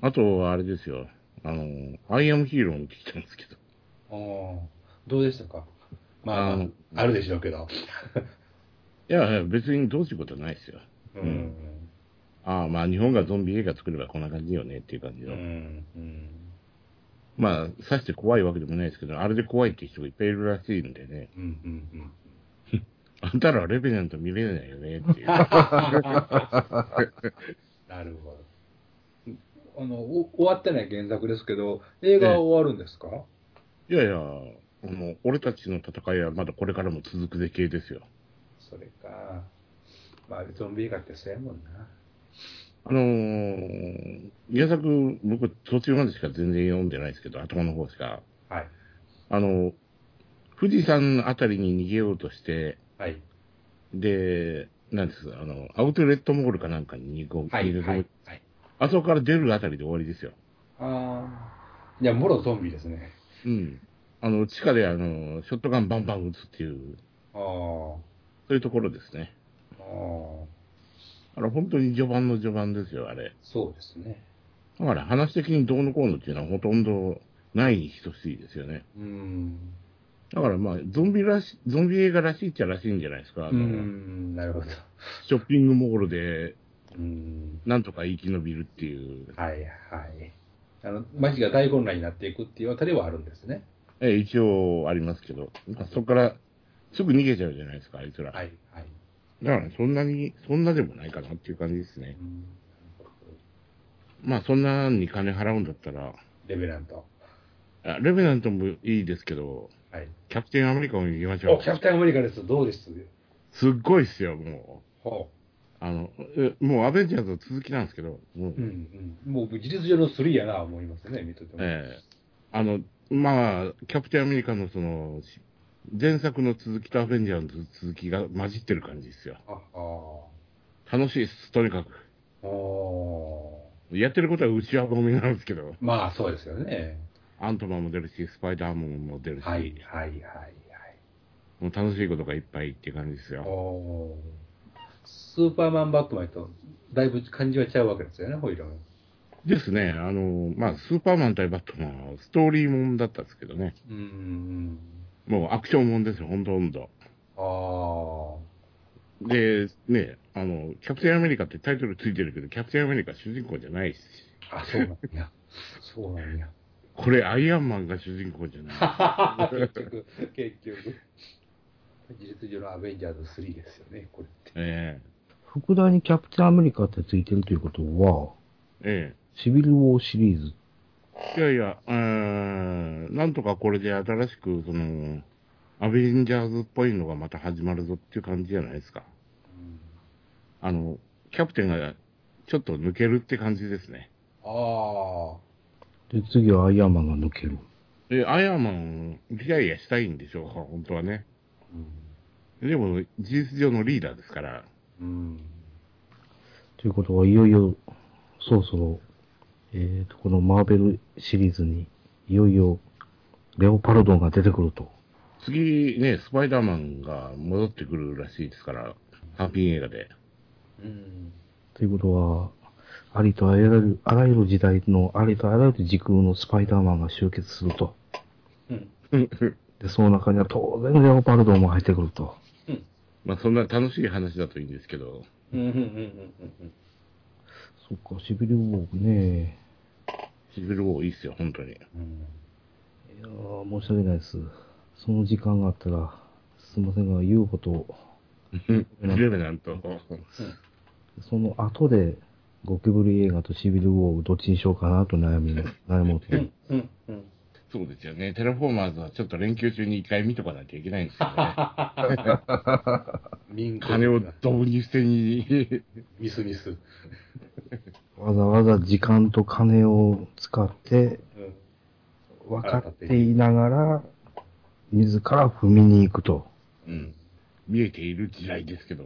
Speaker 2: あとはあれですよ。あの、アイアムヒーローも聞いたんですけど。
Speaker 4: ああ、どうでしたかまあ、
Speaker 2: うん
Speaker 4: あるでしょうけど。
Speaker 2: いやいや、別にどうすることはないですよ。
Speaker 4: うん。
Speaker 2: ああ、まあ日本がゾンビ映画作ればこんな感じよねっていう感じ
Speaker 4: う
Speaker 2: の。
Speaker 4: ん。うん。
Speaker 2: まあ、さして怖いわけでもないですけど、あれで怖いって人がいっぱいいるらしいんでね。
Speaker 4: うん。うん。
Speaker 2: あんたらレベナント見れないよねって いう。
Speaker 4: なるほど。あの、お終わってない原作ですけど、映画は終わるんですか、
Speaker 2: いやいや、もう俺たちの戦いはまだこれからも続くぜ系ですよ。
Speaker 4: それか。まあ、ゾンビ映画ってそうやもんな。
Speaker 2: あのー、原作、僕途中までしか全然読んでないですけど、頭の方しか。
Speaker 4: はい。
Speaker 2: あの、富士山あたりに逃げようとして、
Speaker 4: はい。
Speaker 2: で、なんですあの、アウトレットモールかなんかに逃げ、
Speaker 4: は
Speaker 2: 逃
Speaker 4: い。
Speaker 2: げ込む
Speaker 4: はい。はい、
Speaker 2: あそこから出るあたりで終わりですよ。
Speaker 4: ああ。いや、もろゾンビですね。
Speaker 2: うん。あの、地下で、あの、ショットガンバンバン撃つっていう、
Speaker 4: ああ。
Speaker 2: そういうところですね。
Speaker 4: ああ。
Speaker 2: あの、本当に序盤の序盤ですよ、あれ。
Speaker 4: そうですね。
Speaker 2: だから話的にどうのこうのっていうのはほとんどないに等しいですよね。
Speaker 4: うん。
Speaker 2: だからまあ、ゾンビらし、ゾンビ映画らしいっちゃらしいんじゃないですか。あ
Speaker 4: う
Speaker 2: の
Speaker 4: ん。なるほど。
Speaker 2: ショッピングモールで、
Speaker 4: うん。
Speaker 2: なんとか生き延びるっていう、
Speaker 4: はいはい。あの、街が大混乱になっていくっていうあたりはあるんですね。
Speaker 2: え一応ありますけど、まあそこからすぐ逃げちゃうじゃないですか、あいつら。
Speaker 4: はいはい。
Speaker 2: だからそんなに、そんなでもないかなっていう感じです
Speaker 4: う
Speaker 2: ね。
Speaker 4: ん
Speaker 2: まあ、そんなんに金払うんだったら、
Speaker 4: レベラント。
Speaker 2: あレベナントもいいですけど、
Speaker 4: はい。
Speaker 2: キャプテンアメリカも見ましょ
Speaker 4: お、
Speaker 2: う
Speaker 4: キ。ャプテンアメリカです。どうです
Speaker 2: すっごいっすよ、も
Speaker 4: ほ
Speaker 2: う。あの、えもうアベンジャーズの続きなんですけど、もう
Speaker 4: う。うんうん。もう事実上の3やな、思いますね、見とても。
Speaker 2: ええあの、まあ、キャプテンアメリカのその、し前作の続きとアベンジャーズの続きが混じってる感じですよ。
Speaker 4: ああ。
Speaker 2: 楽しいっす、とにかく。
Speaker 4: お
Speaker 2: やってることは内輪込みなんですけど、
Speaker 4: ーまあ、そうですよね。
Speaker 2: アントマンも出るし、スパイダーマンも出るし、
Speaker 4: はいはいはい
Speaker 2: もう楽しいことがいっぱいっていう感じです
Speaker 4: はい。
Speaker 2: よ。
Speaker 4: おースーパーマンバットマンとだいぶ感じはちゃうわけですよね、ホイールも
Speaker 2: ですね、あの、まあ、スーパーマン対バットマンはストーリーもんだったんですけどね。
Speaker 4: うんうん。
Speaker 2: もうアクションもんですよ、ほんとほんと。
Speaker 4: ああ。
Speaker 2: で、ね、あの、キャプテンアメリカってタイトルついてるけど、キャプテンアメリカ主人公じゃないし、
Speaker 4: あ、そうなんや。そうなんや。
Speaker 2: これアイアンマンが主人公じゃない。
Speaker 1: 結局、結局。事実上のアベンジャーズ3ですよね、これ って。
Speaker 2: え
Speaker 3: 副題にキャプテンアメリカってついてるということは、
Speaker 2: ええ
Speaker 3: シビルウォーシリーズ。
Speaker 2: え。いやいや、うーん、なんとかこれで新しく、その、アベンジャーズっぽいのがまた始まるぞっていう感じじゃないですか。あの、キャプテンがちょっと抜けるって感じですね。
Speaker 1: ああ。
Speaker 3: で、次はアイアンマンが抜ける。
Speaker 2: で、アイアンマン、リタイアしたいんでしょうか、本当はね。でも、事実上のリーダーですから、
Speaker 1: うん。
Speaker 3: ということは、いよいよ、そろそろ、えーと、このマーベルシリーズに、いよいよ、レオパルドンが出てくると。
Speaker 2: 次ね、スパイダーマンが戻ってくるらしいですから、ハッピー映画で。
Speaker 1: うん。
Speaker 3: ということは、ありとあらゆる、あらゆる時代の、ありとあらゆる時空のスパイダーマンが集結すると。
Speaker 1: うん。
Speaker 3: で、その中には当然レオパルドンも入ってくると。
Speaker 2: まあ、そんな楽しい話だといいんですけど、
Speaker 1: うん。うん。うん。うん。
Speaker 3: そっか、シビルウォーね。
Speaker 2: シビルウォーいいっすよ、本当に。
Speaker 1: うん。
Speaker 3: いやー、申し訳ないです。その時間があったら、すいませんが、u うと、
Speaker 2: レベなんと。
Speaker 3: その後で、ゴキブリ映画とシビルウォーどっちにしようかなと悩み、悩もうと。
Speaker 1: うん。うん。
Speaker 2: そうですよね。テラフォーマーズはちょっと連休中に一回見とかなきゃいけないんですよね。
Speaker 1: 民間
Speaker 2: 金をドブに捨てに。
Speaker 1: ミスミス。う
Speaker 3: わざわざ時間と金を使って、
Speaker 1: ん。
Speaker 3: 分かっていながら、自ら踏みに行くと。
Speaker 2: うん。見えている時代ですけど。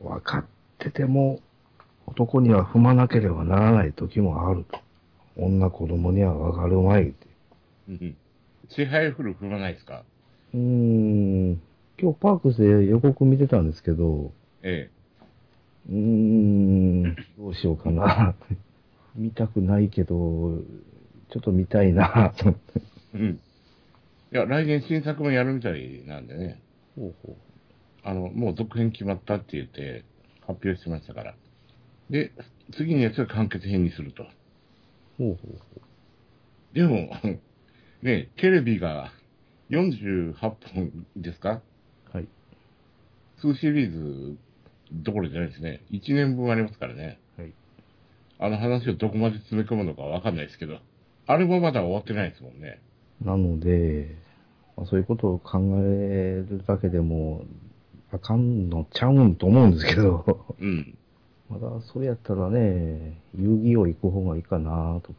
Speaker 3: 分かってても、男には踏まなければならない時もあると。女子供には分かるまいって。
Speaker 2: うん支配フル踏まないですか
Speaker 3: うーん。今日パークスで予告見てたんですけど、
Speaker 2: え
Speaker 3: うーん、どうしようかな。 見たくないけど、ちょっと見たいなと思って。
Speaker 2: え。うん。いや、来年新作もやるみたいなんでね。
Speaker 3: ほうほう。
Speaker 2: あの、もう続編決まったって言って発表しましたから。で、次のやつは完結編にすると。
Speaker 3: ほうほう。
Speaker 2: でも、 ね、テレビが48本ですか
Speaker 3: はい。
Speaker 2: 2シリーズどころじゃないですね。1年分ありますからね。
Speaker 3: はい。
Speaker 2: あの話をどこまで詰め込むのかわかんないですけど。あれもまだ終わってないですもんね。
Speaker 3: なので、まあ、そういうことを考えるだけでも、あかんのちゃうんと思うんですけど、
Speaker 2: うん。
Speaker 3: まだそれやったらね、遊戯王行く方がいいかなとか。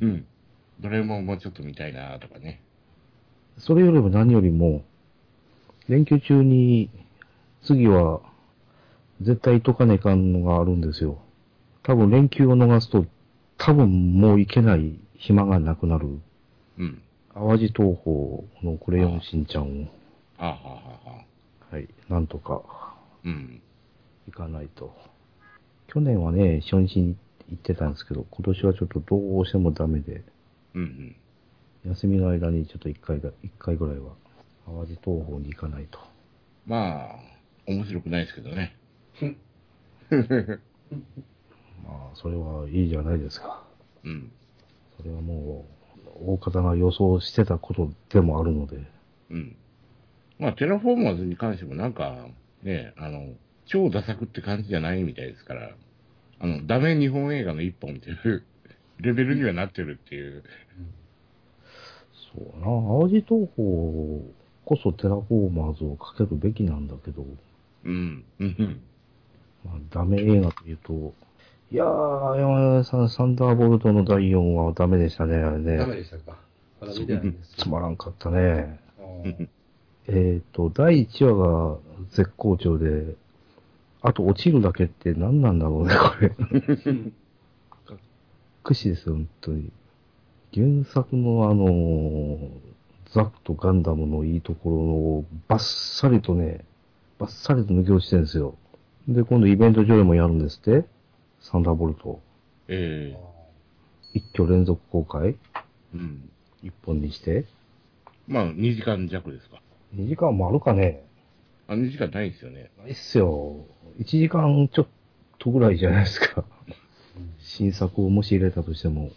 Speaker 2: うん。 どれももうちょっと見たいなとかね。
Speaker 3: それよりも何よりも、連休中に、次は、絶対行っとかねえかんのがあるんですよ。多分連休を逃すと、多分もう行けない暇がなくなる。
Speaker 2: うん。
Speaker 3: 淡路東宝のクレヨンしんちゃんを、
Speaker 2: はあ、はあはあはあ、
Speaker 3: はい、なんとか
Speaker 2: うん。
Speaker 3: 行かないと。去年はね、初日に行ってたんですけど、今年はちょっとどうしてもダメで、
Speaker 2: うんうん。
Speaker 3: 休みの間にちょっと一回だ、一回ぐらいは、淡路東宝に行かないと。
Speaker 2: まあ、面白くないですけどね。
Speaker 3: まあ、それはいいじゃないですか。
Speaker 2: うん。
Speaker 3: それはもう、大方が予想してたことでもあるので、
Speaker 2: うん。まあ、テラフォーマーズに関してもなんか、ね、あの、超ダ作って感じじゃないみたいですから、あの、ダメ日本映画の一本っていう レベルにはなってるっていう。
Speaker 3: そうな、淡路東宝こそテラフォーマーズをかけるべきなんだけど、
Speaker 2: うん。うん。
Speaker 3: まあ、ダメ映画というと、いやー、山田さん、サンダーボルトの第4はダメでしたね、あれ
Speaker 1: ダメ
Speaker 3: ね。
Speaker 1: でしたか。まだ見てないんです。
Speaker 3: つまらんかったね。
Speaker 1: あー
Speaker 3: えっ、と、第1話が絶好調で、あと落ちるだけって何なんだろうね、これ。
Speaker 1: うん
Speaker 3: 屈指ですよ、本当に。原作のあのーザクとガンダムのいいところをバッサリとね、バッサリと抜け落ちてるんですよ。で、今度イベント上でもやるんですってサンダーボルト。
Speaker 2: ええ
Speaker 3: 一挙連続公開
Speaker 2: うん。
Speaker 3: 一本にして。
Speaker 2: まあ、2時間弱ですか。
Speaker 3: 2時間もあるかね
Speaker 2: あ、2時間ないですよね。
Speaker 3: ないっすよ。1時間ちょっ とぐらいじゃないですか。新作をもし入れたとしても。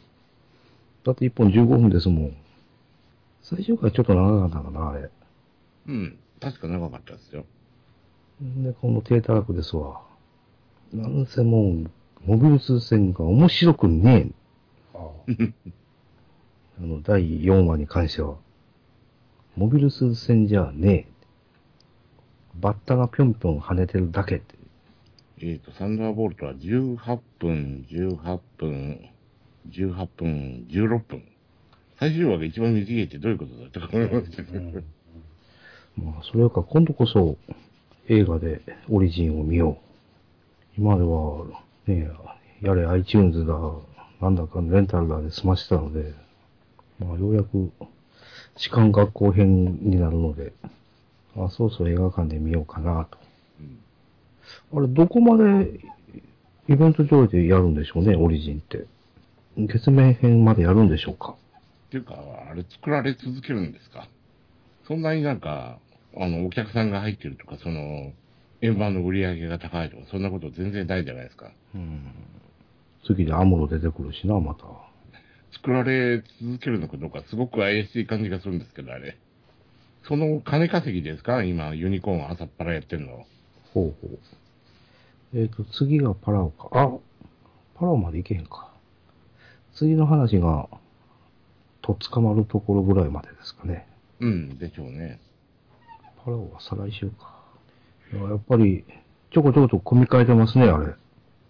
Speaker 3: だって1本15分ですもん。最初からちょっと長かったかな、あれ。
Speaker 2: うん。確か長かったですよ。
Speaker 3: で、この低たらくですわ。なんせもう、モビルス戦が面白くね
Speaker 1: あ
Speaker 3: え。あの、第4話に関しては。モビルスーツ戦じゃねえ。バッタがぴょんぴょん跳ねてるだけって。
Speaker 2: えっ、と、サンダーボルトは18分、18分、18分、16分。最終話が一番短いってどういうことだとか思いましたけ
Speaker 1: う
Speaker 2: ど
Speaker 1: ん
Speaker 3: まあ、それか、今度こそ映画でオリジンを見よう。今までは、ねえ、やれ iTunes だ、なんだかレンタルだで済ましてたので、まあ、ようやく、士官学校編になるので、あ、そうそう映画館で見ようかなと。
Speaker 2: うん
Speaker 3: あれ、どこまでイベント上映でやるんでしょうね、オリジンって。月面編までやるんでしょうか。
Speaker 2: っていうか、あれ作られ続けるんですかそんなになんか、あの、お客さんが入ってるとか、その、円盤の売り上げが高いとか、そんなこと全然ないじゃないですか。
Speaker 3: 次でアムロ出てくるしな、また。
Speaker 2: 作られ続けるのかどうか、すごく怪しい感じがするんですけど、あれ。その金稼ぎですか今、ユニコーン朝っぱらやってるの。
Speaker 3: ほうほう。えっ、と、次がパラオか。あ、パラオまで行けへんか。次の話が、とっ捕まるところぐらいまでですかね。
Speaker 2: うん、でしょうね。
Speaker 3: パラオは再来週か。いややっぱり、ちょこちょこと組み替えてますね、あれ。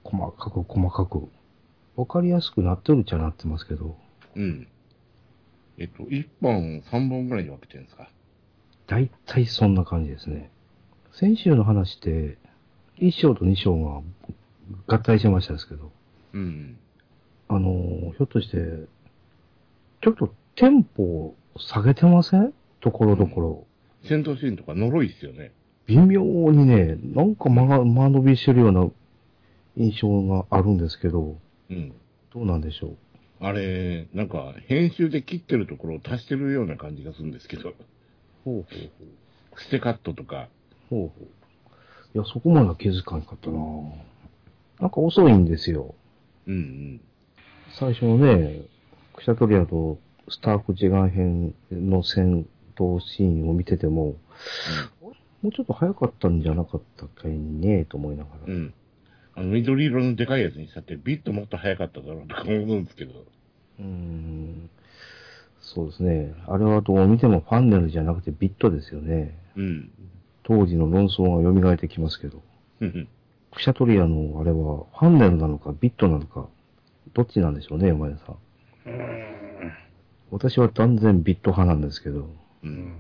Speaker 3: 細かく細かく。わかりやすくなってるっちゃなってますけど、
Speaker 2: うん。えっと、1本、3本ぐらいに分けてるんですか
Speaker 3: だいたいそんな感じですね。先週の話って、1章と2章が合体してましたですけど、
Speaker 2: うん。
Speaker 3: あのー、ひょっとして、ちょっとテンポを下げてませんところどころ。
Speaker 2: 戦闘シーンとか呪いですよね。
Speaker 3: 微妙にね、なんか間が間延びしてるような印象があるんですけど、
Speaker 2: うん。
Speaker 3: どうなんでしょう。
Speaker 2: あれ、なんか、編集で切ってるところを足してるような感じがするんですけど、
Speaker 3: ほう
Speaker 2: 捨てカットとか、
Speaker 3: ほう。ほうほう。いや、そこまでは気づかなかったななんか遅いんですよ。
Speaker 2: うん
Speaker 3: 最初のね、クシャトリアとスターク時間編の戦闘シーンを見てても、もうちょっと早かったんじゃなかったっけねと思いながら。
Speaker 2: うん、うん。あの、緑色のでかいやつにしたって、ビッともっと早かっただろうとか思うんですけど、
Speaker 3: うーんそうですね。あれはどう見てもファンネルじゃなくてビットですよね。
Speaker 2: うん。
Speaker 3: 当時の論争が蘇ってきますけど。
Speaker 2: うん
Speaker 3: クシャトリアのあれはファンネルなのかビットなのか、どっちなんでしょうね、山根さん。私は断然ビット派なんですけど。
Speaker 2: う。
Speaker 1: うんん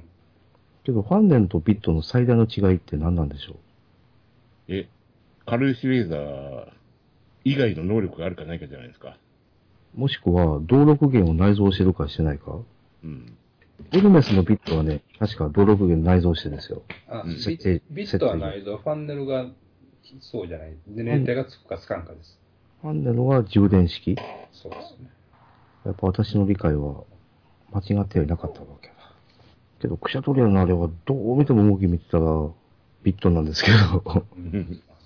Speaker 3: けどファンネルとビットの最大の違いって何なんでしょう
Speaker 2: え、軽石レーザー以外の能力があるかないかじゃないですか。
Speaker 3: もしくは、動力源を内蔵してるかしてないか
Speaker 2: うん。
Speaker 3: エルメスのビットはね、確か動力源内蔵してですよ。
Speaker 1: あ
Speaker 2: うん
Speaker 1: ビ
Speaker 3: 設定
Speaker 1: ビットはないぞ、ファンネルがそうじゃない、で年体がつくかつかんかです。
Speaker 3: ファンネルは充電式
Speaker 1: そうですね。
Speaker 3: やっぱ私の理解は間違ってはいなかったわけだ。けど、クシャトリアのあれはどう見ても動き見てたらビットなんですけど、
Speaker 2: ん
Speaker 1: まあ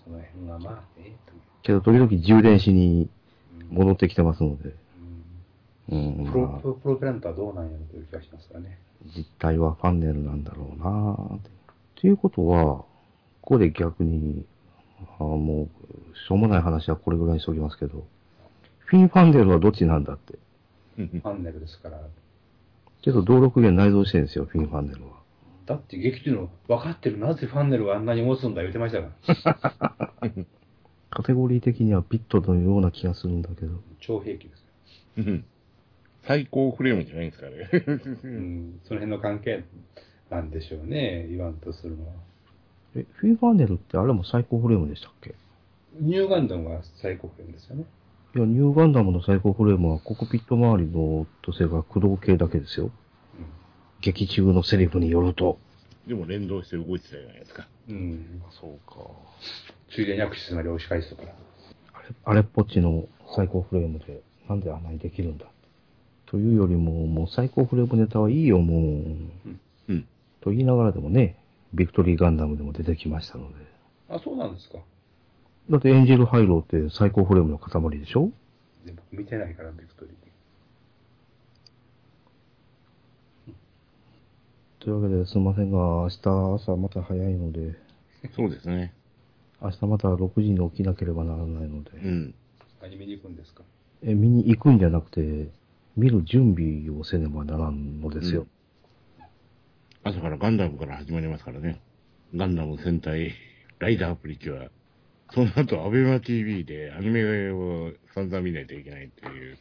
Speaker 1: その辺はまあ、ええと思
Speaker 3: けど時々充電しに
Speaker 1: う
Speaker 3: 戻ってきてますので、
Speaker 1: う
Speaker 3: うん、
Speaker 1: んプ
Speaker 3: ま
Speaker 1: ロ
Speaker 3: あ
Speaker 1: プロプロペラントはどうなんやろという気がしますがね。
Speaker 3: 実態はファンネルなんだろうなぁって。ということは、ここで逆に、あもう、しょうもない話はこれぐらいにしておきますけど、フィン・ファンネルはどっちなんだって。
Speaker 2: うん
Speaker 1: ファンネルですから。
Speaker 3: けど、動力源内蔵してるんですよ、フィン・ファンネルは。
Speaker 1: だって劇中の分かってる、なぜファンネルはあんなに持つんだ言ってましたから。
Speaker 3: カテゴリー的にはビットのような気がするんだけど。
Speaker 1: 超兵器です。
Speaker 2: うん最高フレームじゃないんですかね。
Speaker 1: うん、その辺の関係なんでしょうね、言わんとするのは。
Speaker 3: え、フィン・ファンネルってあれも最高フレームでしたっけ
Speaker 1: ニューガンダムが最高編ですよね。
Speaker 3: いや、ニューガンダムの最高フレームはココピット周りの土星が駆動系だけですよ。劇中のセリフによると。
Speaker 2: でも連動して動いてたじゃないですか。
Speaker 1: うん。うん、
Speaker 3: そうか。
Speaker 1: ついでに握手するなり押し返すとか。
Speaker 3: あれあれっぽっちの最高フレームで、なんであんなにできるんだというよりも、もう最高フレームネタはいいよ、もう。
Speaker 2: うん。
Speaker 3: と言いながらでもね、ビクトリーガンダムでも出てきましたので。
Speaker 1: あ、そうなんですか。
Speaker 3: だってエンジェルハイローって最高フレームの塊でしょ
Speaker 1: で僕見てないから、ビクトリー。
Speaker 3: というわけですいませんが、明日朝また早いので、
Speaker 2: そうですね。
Speaker 3: 明日また6時に起きなければならないので、
Speaker 2: うん。
Speaker 1: アニメに行くんですか
Speaker 3: え見に行くんじゃなくて、見る準備をせねばならんのですよ。
Speaker 2: 朝からガンダムから始まりますからね。ガンダム戦隊、ライダープリキュア。その後、アベマ TV でアニメを散々見ないといけないっていう。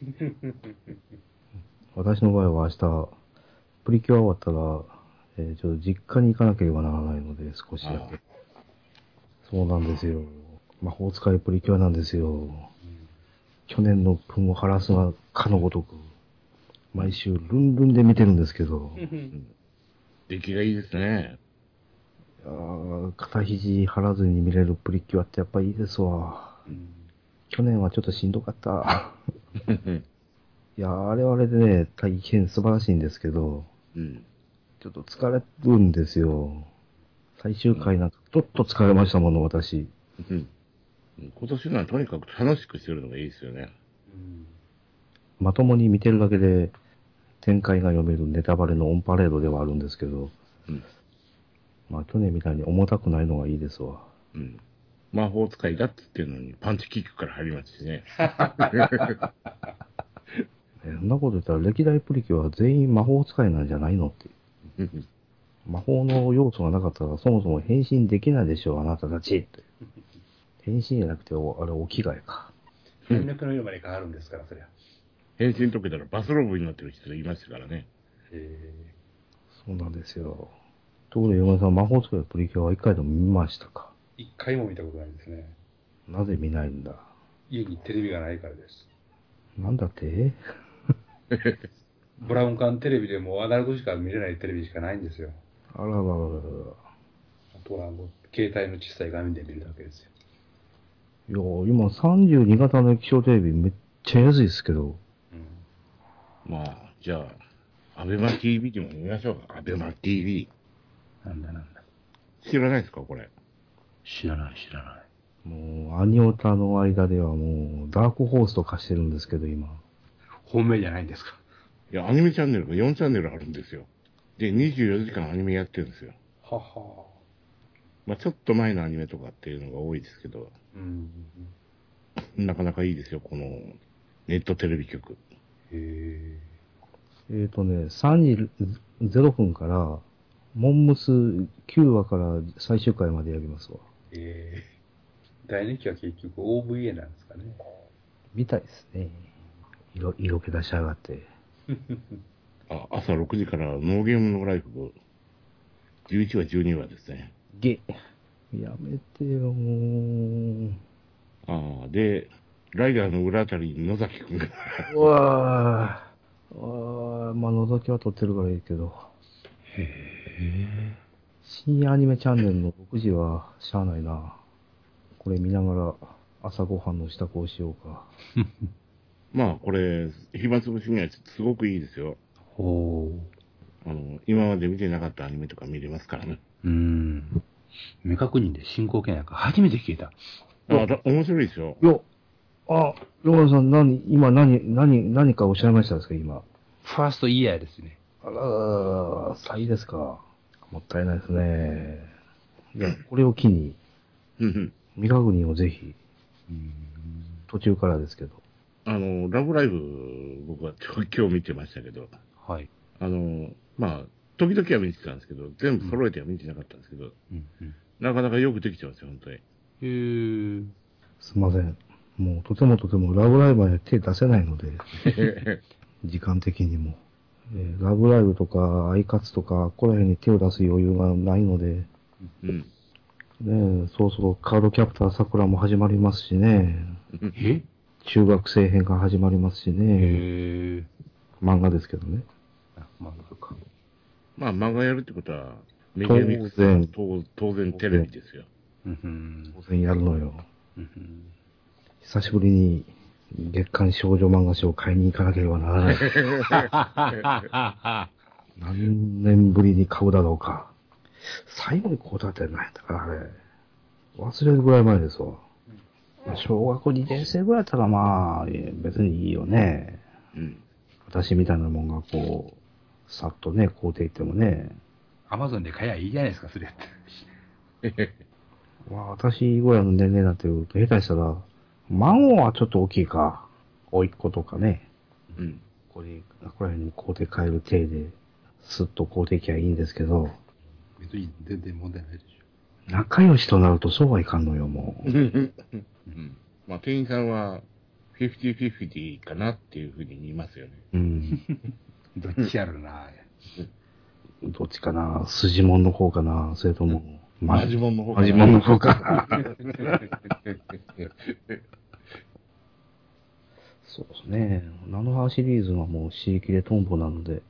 Speaker 3: 私の場合は明日、プリキュア終わったら、えーちょっと実家に行かなければならないので、少しだ
Speaker 2: あ
Speaker 3: け。そうなんですよ。魔法使いプリキュアなんですよ。去年の分を晴らすがかのごとく、毎週ルンルンで見てるんですけど、
Speaker 2: 出来がいいですね。
Speaker 3: あー肩肘張らずに見れるプリキュアってやっぱいいですわ。去年はちょっとしんどかった。いやー、あれはあれでね、大変素晴らしいんですけど、
Speaker 2: うん。
Speaker 3: ちょっと疲れるんですよ。最終回なんか、ちょっと疲れましたもの、私。
Speaker 2: うん今年のはとにかく楽しくしてるのがいいですよね。
Speaker 3: まともに見てるだけで、展開が読めるネタバレのオンパレードではあるんですけど、
Speaker 2: うん
Speaker 3: まあ、去年みたいに重たくないのがいいですわ。
Speaker 2: うん。魔法使いだって言ってるのにパンチキックから入りますしね。
Speaker 3: えそんなこと言ったら、歴代プリキュアは全員魔法使いなんじゃないの って。
Speaker 2: うん
Speaker 3: 魔法の要素がなかったら、そもそも変身できないでしょう、あなたたちって。変身じゃなくて、おあれ、お着替えか。
Speaker 1: 髪の毛の色まで変わるんですから、そりゃ。
Speaker 2: 変身解けたらバスローブになってる人いましたからね。
Speaker 1: え
Speaker 3: そうなんですよ。ところで、山田さん、魔法使いプリキュアは一回でも見ましたか
Speaker 1: ー、一回も見たことないですね。
Speaker 3: なぜ見ないんだ
Speaker 1: 家にテレビがないからです。
Speaker 3: なんだって
Speaker 1: ブラウン管テレビでもうアナログしか見れないテレビしかないんですよ。
Speaker 3: あらららららら。
Speaker 1: あとはもう携帯の小さい画面で見るだけですよ。
Speaker 3: いや、今32型の液晶テレビめっちゃ安いですけど、
Speaker 1: うん、
Speaker 2: まあ、じゃあ、アベマ TV でも見ましょうか。アベマ TV。
Speaker 4: なんだなんだ。
Speaker 2: 知らないですかこれ。
Speaker 4: 知らない知らない。
Speaker 3: もうアニオタの間ではもうダークホースと化してるんですけど、今。
Speaker 4: 本命じゃないんですか。
Speaker 2: いや、アニメチャンネルが4チャンネルあるんですよ。で、24時間アニメやってるんですよ。
Speaker 1: はは。
Speaker 2: まあ、ちょっと前のアニメとかっていうのが多いですけど、
Speaker 1: うん。
Speaker 2: なかなかいいですよ、このネットテレビ局。
Speaker 1: へえ。
Speaker 3: えっ、ー、とね、3時0分から、モンムス9話から最終回までやりますわ。
Speaker 1: え ー、大人気は結局 OVA なんですかね。
Speaker 3: みたいですね。色、色気出しやがって。
Speaker 2: あ朝6時からノーゲームのライフ11話、12話ですね。
Speaker 3: ゲやめてよ、も
Speaker 2: ああ、で、ライダーの裏あたりに野崎くんが
Speaker 3: う。うわぁ。あーまあ、覗きは撮ってるからいいけど。深夜アニメチャンネルの6時はしゃあないな。これ見ながら朝ごはんの支度をしようか。
Speaker 2: まあ、これ、暇つぶしにはすごくいいですよ。
Speaker 4: ほ
Speaker 2: あの、今まで見てなかったアニメとか見れますからね。
Speaker 4: う。うーん。未確認で進行形やんか。初めて聞いた。
Speaker 2: あだ面白いですよ。
Speaker 3: よあ、ヨガさん、何、今何、何、何かおっしゃいましたですか、今。
Speaker 4: ファーストイヤーですね。
Speaker 3: あら、浅いですか。もったいないですね。
Speaker 2: うん
Speaker 3: これを機に、
Speaker 2: うん
Speaker 3: 未確認をぜひ、
Speaker 4: うん。
Speaker 3: 途中からですけど。
Speaker 2: あの、ラブライブ、僕は今日今日見てましたけど、
Speaker 4: はい。
Speaker 2: あの、まあ、時々は見てたんですけど、全部揃えては見てなかったんですけど、
Speaker 4: うんうん。
Speaker 2: なかなかよくできてますよ、本当に。
Speaker 4: へー。
Speaker 3: すいません。もうとてもとてもラブライブは手出せないの で、時間的にも。えーラブライブとか、アイカツとか、ここら辺に手を出す余裕がないので、
Speaker 2: うん。
Speaker 3: ねえ、そろそろカードキャプター桜も始まりますしね、
Speaker 4: え
Speaker 3: 中学生編が始まりますし
Speaker 4: へ
Speaker 3: ね、
Speaker 4: ー。
Speaker 3: 漫画ですけどね。
Speaker 4: あ、漫画か。
Speaker 2: まあ、漫画やるってことは、メディアミックス
Speaker 3: 当然
Speaker 2: 当当然テレビですよ。
Speaker 4: うんうん
Speaker 3: 当然やるのよ。
Speaker 4: うんうん。
Speaker 3: 久しぶりに月刊少女漫画誌を買いに行かなければならない。 何年ぶりに買うだろうか。最後にこうだって何やったかな、あれ。忘れるぐらい前ですわ。まあ小学校2年生ぐらいだったらまあ、え別にいいよね。
Speaker 2: うん。
Speaker 3: 私みたいなもんがこう、さっとね、校庭行ってもね、
Speaker 4: アマゾンで買えばいいじゃないですか、それやって。
Speaker 3: まあ、私ぐらいの年齢になってると、下手したら、孫はちょっと大きいか、甥っ子とかね、
Speaker 2: うん。
Speaker 3: これ、ここら辺に買うて買える体で、すっと買うてきゃいいんですけど、
Speaker 4: 別に全然問題ないでし
Speaker 3: 仲良しとなるとそうはいかんのよ、もう。
Speaker 2: うん。まあ、店員さんは、50-50かなっていうふうに言いますよね。
Speaker 3: うん。
Speaker 4: ょ。どっちやろな。
Speaker 3: どっちかな、筋もんの方かな、それとも、
Speaker 2: マジモンの方
Speaker 3: マジもんの方かな。 そうですね。ナノハーシリーズはもう死力でトンボなので、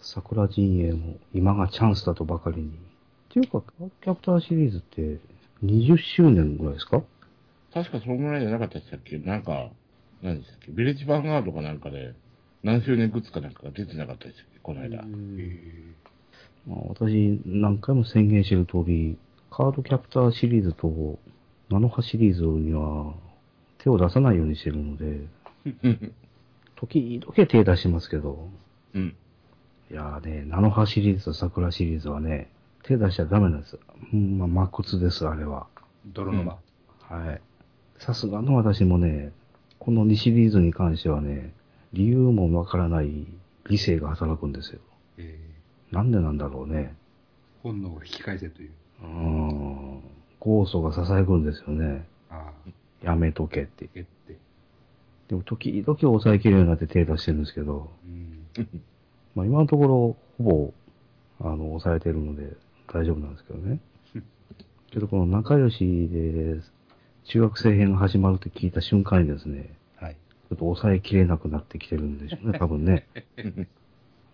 Speaker 3: 桜陣営も今がチャンスだとばかりに。っていうか、キャプターシリーズって20周年ぐらいですか
Speaker 2: 確かそのぐらいじゃなかったでしたっけなんか、何でしたっけビレッジヴァンガードかなんかで、何周年グッズかなんかが出てなかったでしたっけこの間。
Speaker 3: まあ、私、何回も宣言してる通り、カードキャプターシリーズとナノハシリーズには手を出さないようにしてるので、時々手出しますけど、
Speaker 2: うん。
Speaker 3: いやーね、ナノハシリーズと桜シリーズはね、手出しちゃダメなんです。うん、まあ、真っ骨です、あれは。
Speaker 4: 泥沼。
Speaker 3: はい。さすがの私もね、この2シリーズに関してはね、理由もわからない理性が働くんですよ。
Speaker 4: え
Speaker 3: なんでなんだろうね。
Speaker 4: ー本能を引き返せという。
Speaker 3: うーん。ゴーストが囁くんですよね。
Speaker 4: ああ、
Speaker 3: やめとけって。
Speaker 4: えって。
Speaker 3: でも時々抑えきれるようになって手出してるんですけど、
Speaker 4: うん。
Speaker 3: まあ今のところ、ほぼ、あの、抑えてるので大丈夫なんですけど ね。けどこの仲良しで、中学生編が始まるって聞いた瞬間にですね、
Speaker 4: はい。
Speaker 3: ちょっと抑えきれなくなってきてるんでし ょうね、多分ね。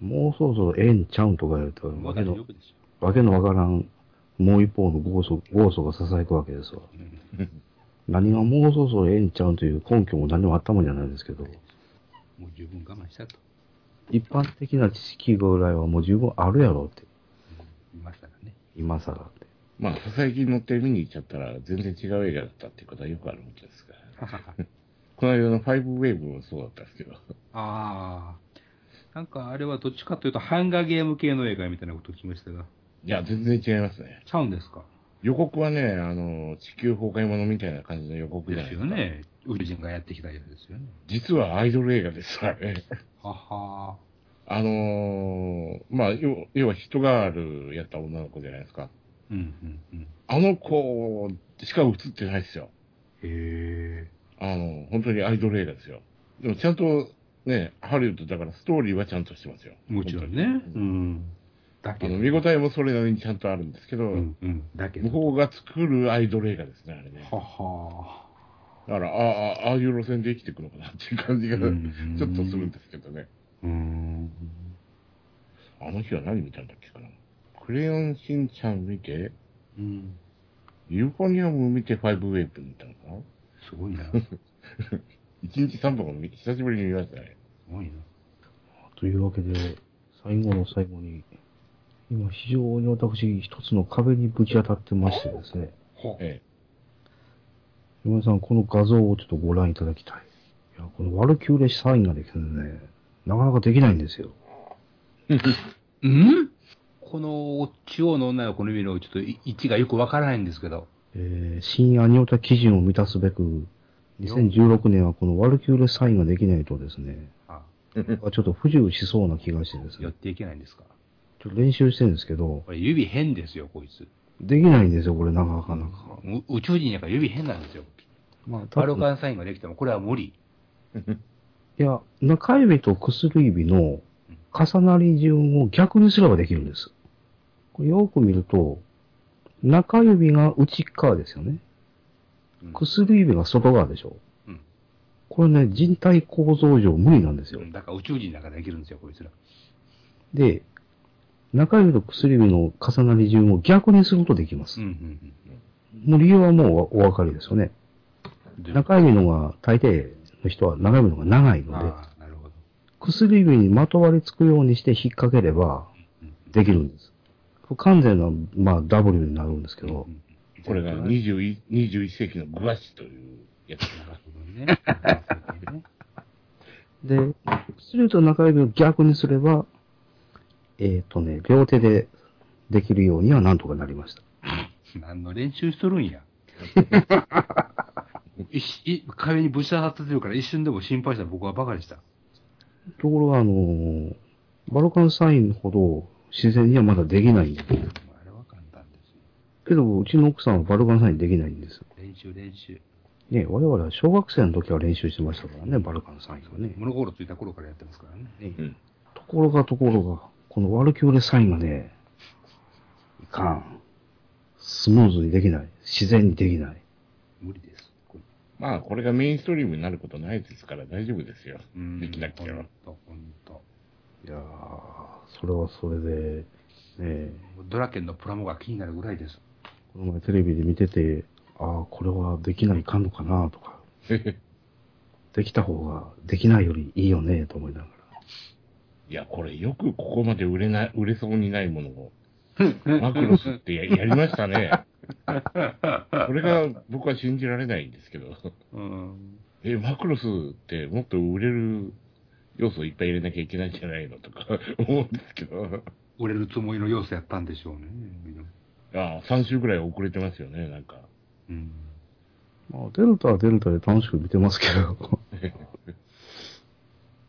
Speaker 3: もうそろそろええんちゃうんとか言うと、
Speaker 4: も
Speaker 3: わ
Speaker 4: う
Speaker 3: け
Speaker 4: 大丈
Speaker 3: の
Speaker 4: 夫でし
Speaker 3: わけのわからん、もう一方のゴーソ、ゴーソが囁くわけですわ。
Speaker 4: ょ。うん
Speaker 3: 何がもうそろそろええんちゃうんという根拠も何もあったもんじゃないですけど、
Speaker 4: もう十分我慢したと
Speaker 3: 一般的な知識ぐらいはもう十分あるやろうって、
Speaker 4: 言いました からね。
Speaker 3: 今更って。
Speaker 2: まあ、佐々木に乗って見に行っちゃったら、全然違う映画だったっていうことはよくあることですから。この間のファイブウェーブもそうだったんですけど。
Speaker 4: ああ。なんかあれはどっちかというと、ハンガーゲーム系の映画みたいなことを聞きましたが、
Speaker 2: いや、全然違いますね。
Speaker 4: ちゃうんですか
Speaker 2: 予告はね、あの、地球崩壊ものみたいな感じの予告じゃ
Speaker 4: で
Speaker 2: ない
Speaker 4: す
Speaker 2: で
Speaker 4: よ
Speaker 2: すか。
Speaker 4: ね。宇宙人がやってきたやつですよね。
Speaker 2: 実はアイドル映画ですからね。
Speaker 4: はは
Speaker 2: あのーまあ、要要はヒットガールやった女の子じゃないですか。
Speaker 4: うんうんうん。
Speaker 2: あの子しか映ってないですよ。
Speaker 4: へえ。
Speaker 2: あの、本当にアイドル映画ですよ。でもちゃんと、ね、ハリウッドだからストーリーはちゃんとしてますよ。
Speaker 4: もちろんね。
Speaker 2: 本当
Speaker 4: う
Speaker 2: に
Speaker 4: ん。だ
Speaker 2: あ
Speaker 4: けど。
Speaker 2: の、見応えもそれなりにちゃんとあるんですけど、
Speaker 4: うんうん。だけ
Speaker 2: 向
Speaker 4: ど。
Speaker 2: こうが作るアイドル映画ですね、あれね。
Speaker 4: はは
Speaker 2: だから、ああ、ああいう路線で生きていくのかなっていう感じが、
Speaker 4: うん
Speaker 2: ちょっとするんですけどね。
Speaker 4: うん。
Speaker 2: あの日は何見たんだっけかな。クレヨンしんちゃん見て、
Speaker 4: うん。
Speaker 2: ユーフォニアム見てファイブウェイブ見たのかな
Speaker 4: す ごいな。す
Speaker 2: 一日三本見久しぶりに見ましたね。
Speaker 4: ごいな。
Speaker 3: というわけで、最後の最後に、今非常に私一つの壁にぶち当たってましてですね、
Speaker 4: ほ
Speaker 2: え
Speaker 3: 山田さん、この画像をちょっとご覧いただきたい。いや、このワルキューレサインができるのね、なかなかできないんですよ。
Speaker 4: うんこの中央の女の子の意味のちょっと位置がよくわからないんですけど。
Speaker 3: えー、新アニオタ基準を満たすべく、2016年はこのワルキューレサインができないとですね、
Speaker 4: あ
Speaker 2: え。
Speaker 3: ちょっと不自由しそうな気がしてです
Speaker 4: 寄っ
Speaker 3: ね、
Speaker 4: ていけないんですか。
Speaker 3: ちょっと練習してるんですけど、
Speaker 4: これ指変ですよ、こいつ。
Speaker 3: できないんですよ、これなかなか。
Speaker 4: う宇宙人やから指変なんですよ。
Speaker 3: まあ、
Speaker 4: バルカンサインができても、これは無理。
Speaker 3: いや、中指と薬指の重なり順を逆にすればできるんです。これよく見ると、中指が内側ですよね。
Speaker 4: うん
Speaker 3: 薬指が外側でしょ。
Speaker 4: うん
Speaker 3: これね、人体構造上無理なんですよ。
Speaker 4: だから宇宙人だからできるんですよ、こいつら。
Speaker 3: で、中指と薬指の重なり順を逆にするとできます。
Speaker 4: うんうん
Speaker 3: もう理由はもうおお分かりですよね。
Speaker 4: うん。で
Speaker 3: 中指のが、大抵の人は中指のが長いので、
Speaker 4: ああ、なるほど。
Speaker 3: 薬指にまとわりつくようにして引っ掛ければ、
Speaker 4: うん
Speaker 3: できるんです。不完全な、まあ、W になるんですけど
Speaker 4: う、ん
Speaker 2: これが21 21世紀のグワッシというやつです
Speaker 4: な
Speaker 2: か
Speaker 4: る。ほどね。なるほどね
Speaker 3: で、薬指と中指を逆にすれば、えっ、とね、両手でできるようにはなんとかなりました。
Speaker 4: 何の練習しとる んや。いい壁にぶち当たってるから一瞬でも心配した僕はバカでした。
Speaker 3: ところが、あのーバルカンサインほど自然にはまだできないんだけど
Speaker 4: あれは簡単ですよ。
Speaker 3: けど、うちの奥さんはバルカンサインできないんですよ。
Speaker 4: 練習練習。
Speaker 3: ね、我々は小学生の時は練習してましたからね、バルカンサインはね。
Speaker 4: 物心ついた頃からやってますからね。
Speaker 3: ところがところが、このワルキューレサインがね、いかん。スムーズにできない。自然にできない。
Speaker 4: 無理です。これ
Speaker 2: まあ、これがメインストリームになることないですから大丈夫ですよ。
Speaker 4: うん
Speaker 2: できなくては。
Speaker 4: ほんとほんと
Speaker 3: いやー、それはそれで、ねえ、
Speaker 4: ドラケンのプラモが気になるぐらいです。
Speaker 3: この前テレビで見てて、ああ、これはできないかんのかなと か、できた方ができないよりいいよね、と思いながら。
Speaker 2: いや、これよくここまで売れない、売れそうにないものを、マクロスってややりました ね。これが僕は信じられないんですけど。
Speaker 4: うん。
Speaker 2: え、マクロスってもっと売れる要素をいっぱい入れなきゃいけないんじゃないのとか 思うんですけど。
Speaker 4: 売れるつもりの要素やったんでしょうね。
Speaker 2: ああ、3週ぐらい遅れてますよね、なんか。
Speaker 4: うん。
Speaker 3: まあ、デルタはデルタで楽しく見てますけど。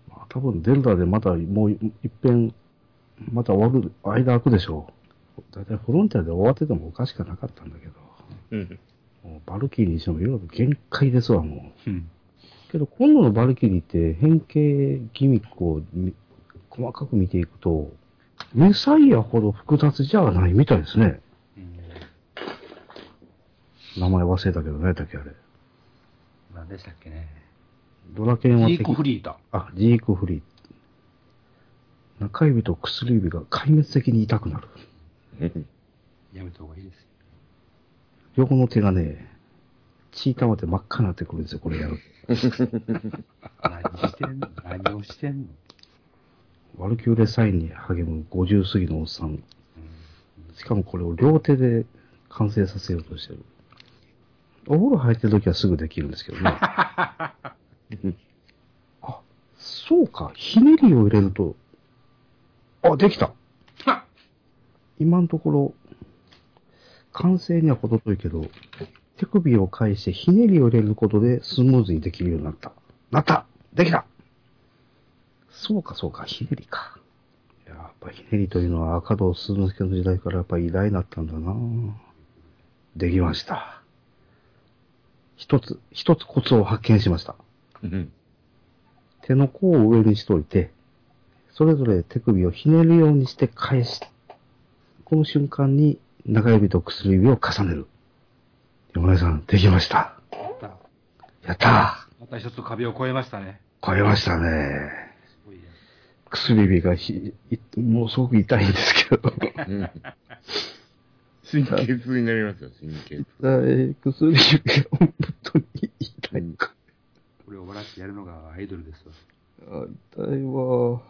Speaker 3: まあ、多分デルタでまたもういいっぺん、また終わる、間空くでしょう。だいたいフロンティアで終わっててもおかしくはなかったんだけど。
Speaker 2: うん。
Speaker 3: もうバルキリーにしてもいろいろ限界ですわ、も
Speaker 4: うん。
Speaker 3: う。けど今度のバルキリーって変形ギミックをみ細かく見ていくと、メサイアほど複雑じゃないみたいですね。名前忘れたけどね、だけあれ。
Speaker 4: 何でしたっけね。
Speaker 3: ドラケンは
Speaker 4: ジ
Speaker 3: 敵
Speaker 4: ークフリータ。
Speaker 3: あ、ジークフリー。中指と薬指が壊滅的に痛くなる。
Speaker 4: やめた方がいいですよ。
Speaker 3: 横の手がね、血溜まって真っ赤になってくるんですよ、これやると。
Speaker 4: 何してんの何をしてんの、
Speaker 3: ワルキューレサインに励む50過ぎのおっさん。しかもこれを両手で完成させようとしてる。お風呂入ってる時はすぐできるんですけど ね。あ、そうか、ひねりを入れると、あ、できた
Speaker 4: は
Speaker 3: 今のところ、完成には程遠いけど、手首を返してひねりを入れることでスムーズにできるようになった。なったできたそうかそうか、ひねりか。いややっぱひねりというのは赤道鈴之助の時代からやっぱ偉大だったんだなできました。一つ、一つコツを発見しました。
Speaker 2: うん
Speaker 3: 手の甲を上にしておいて、それぞれ手首をひねるようにして返す。この瞬間に中指と薬指を重ねる。山根さん、できました。
Speaker 4: やった。
Speaker 3: やった
Speaker 4: また一つ壁を越えましたね。
Speaker 3: ー超えましたね。
Speaker 4: すごいね
Speaker 3: 薬指がひ、いもうすごく痛いんですけど。
Speaker 2: うん 神経痛になりますよ、神経痛。
Speaker 3: 痛い薬指が本当に痛いか。
Speaker 4: これを笑ってやるのがアイドルですわ。
Speaker 3: あ痛いわ。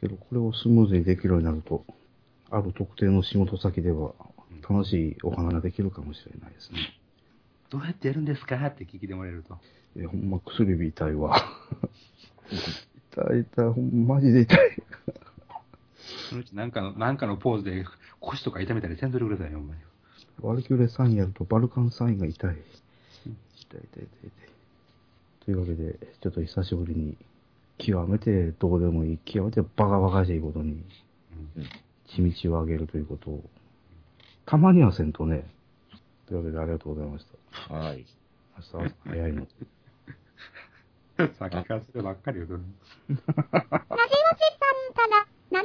Speaker 3: けど、これをスムーズにできるようになると、ある特定の仕事先では、楽しいお花ができるかもしれないですね。
Speaker 4: どうやってやるんですかって聞きてもらえると。
Speaker 3: いや、ほんま薬指痛いわ。 痛い痛い、ほんまマジで痛い。
Speaker 4: そのうちなんかの、なんかのポーズで腰とか痛めたりせんといてくださいよ、ほんまに。
Speaker 3: ワルキューレサインやるとバルカンサインが痛い。痛い痛い痛い痛い。というわけで、ちょっと久しぶりに、極めてどうでもいい、極めてバカバカしいことに、血道を上げるということを、たまにはせんとね。というわけでありがとうございました。
Speaker 2: はい。
Speaker 3: 明日は早いの。
Speaker 4: さっきからそればっかりよ、
Speaker 5: ラジオチさんから何言うて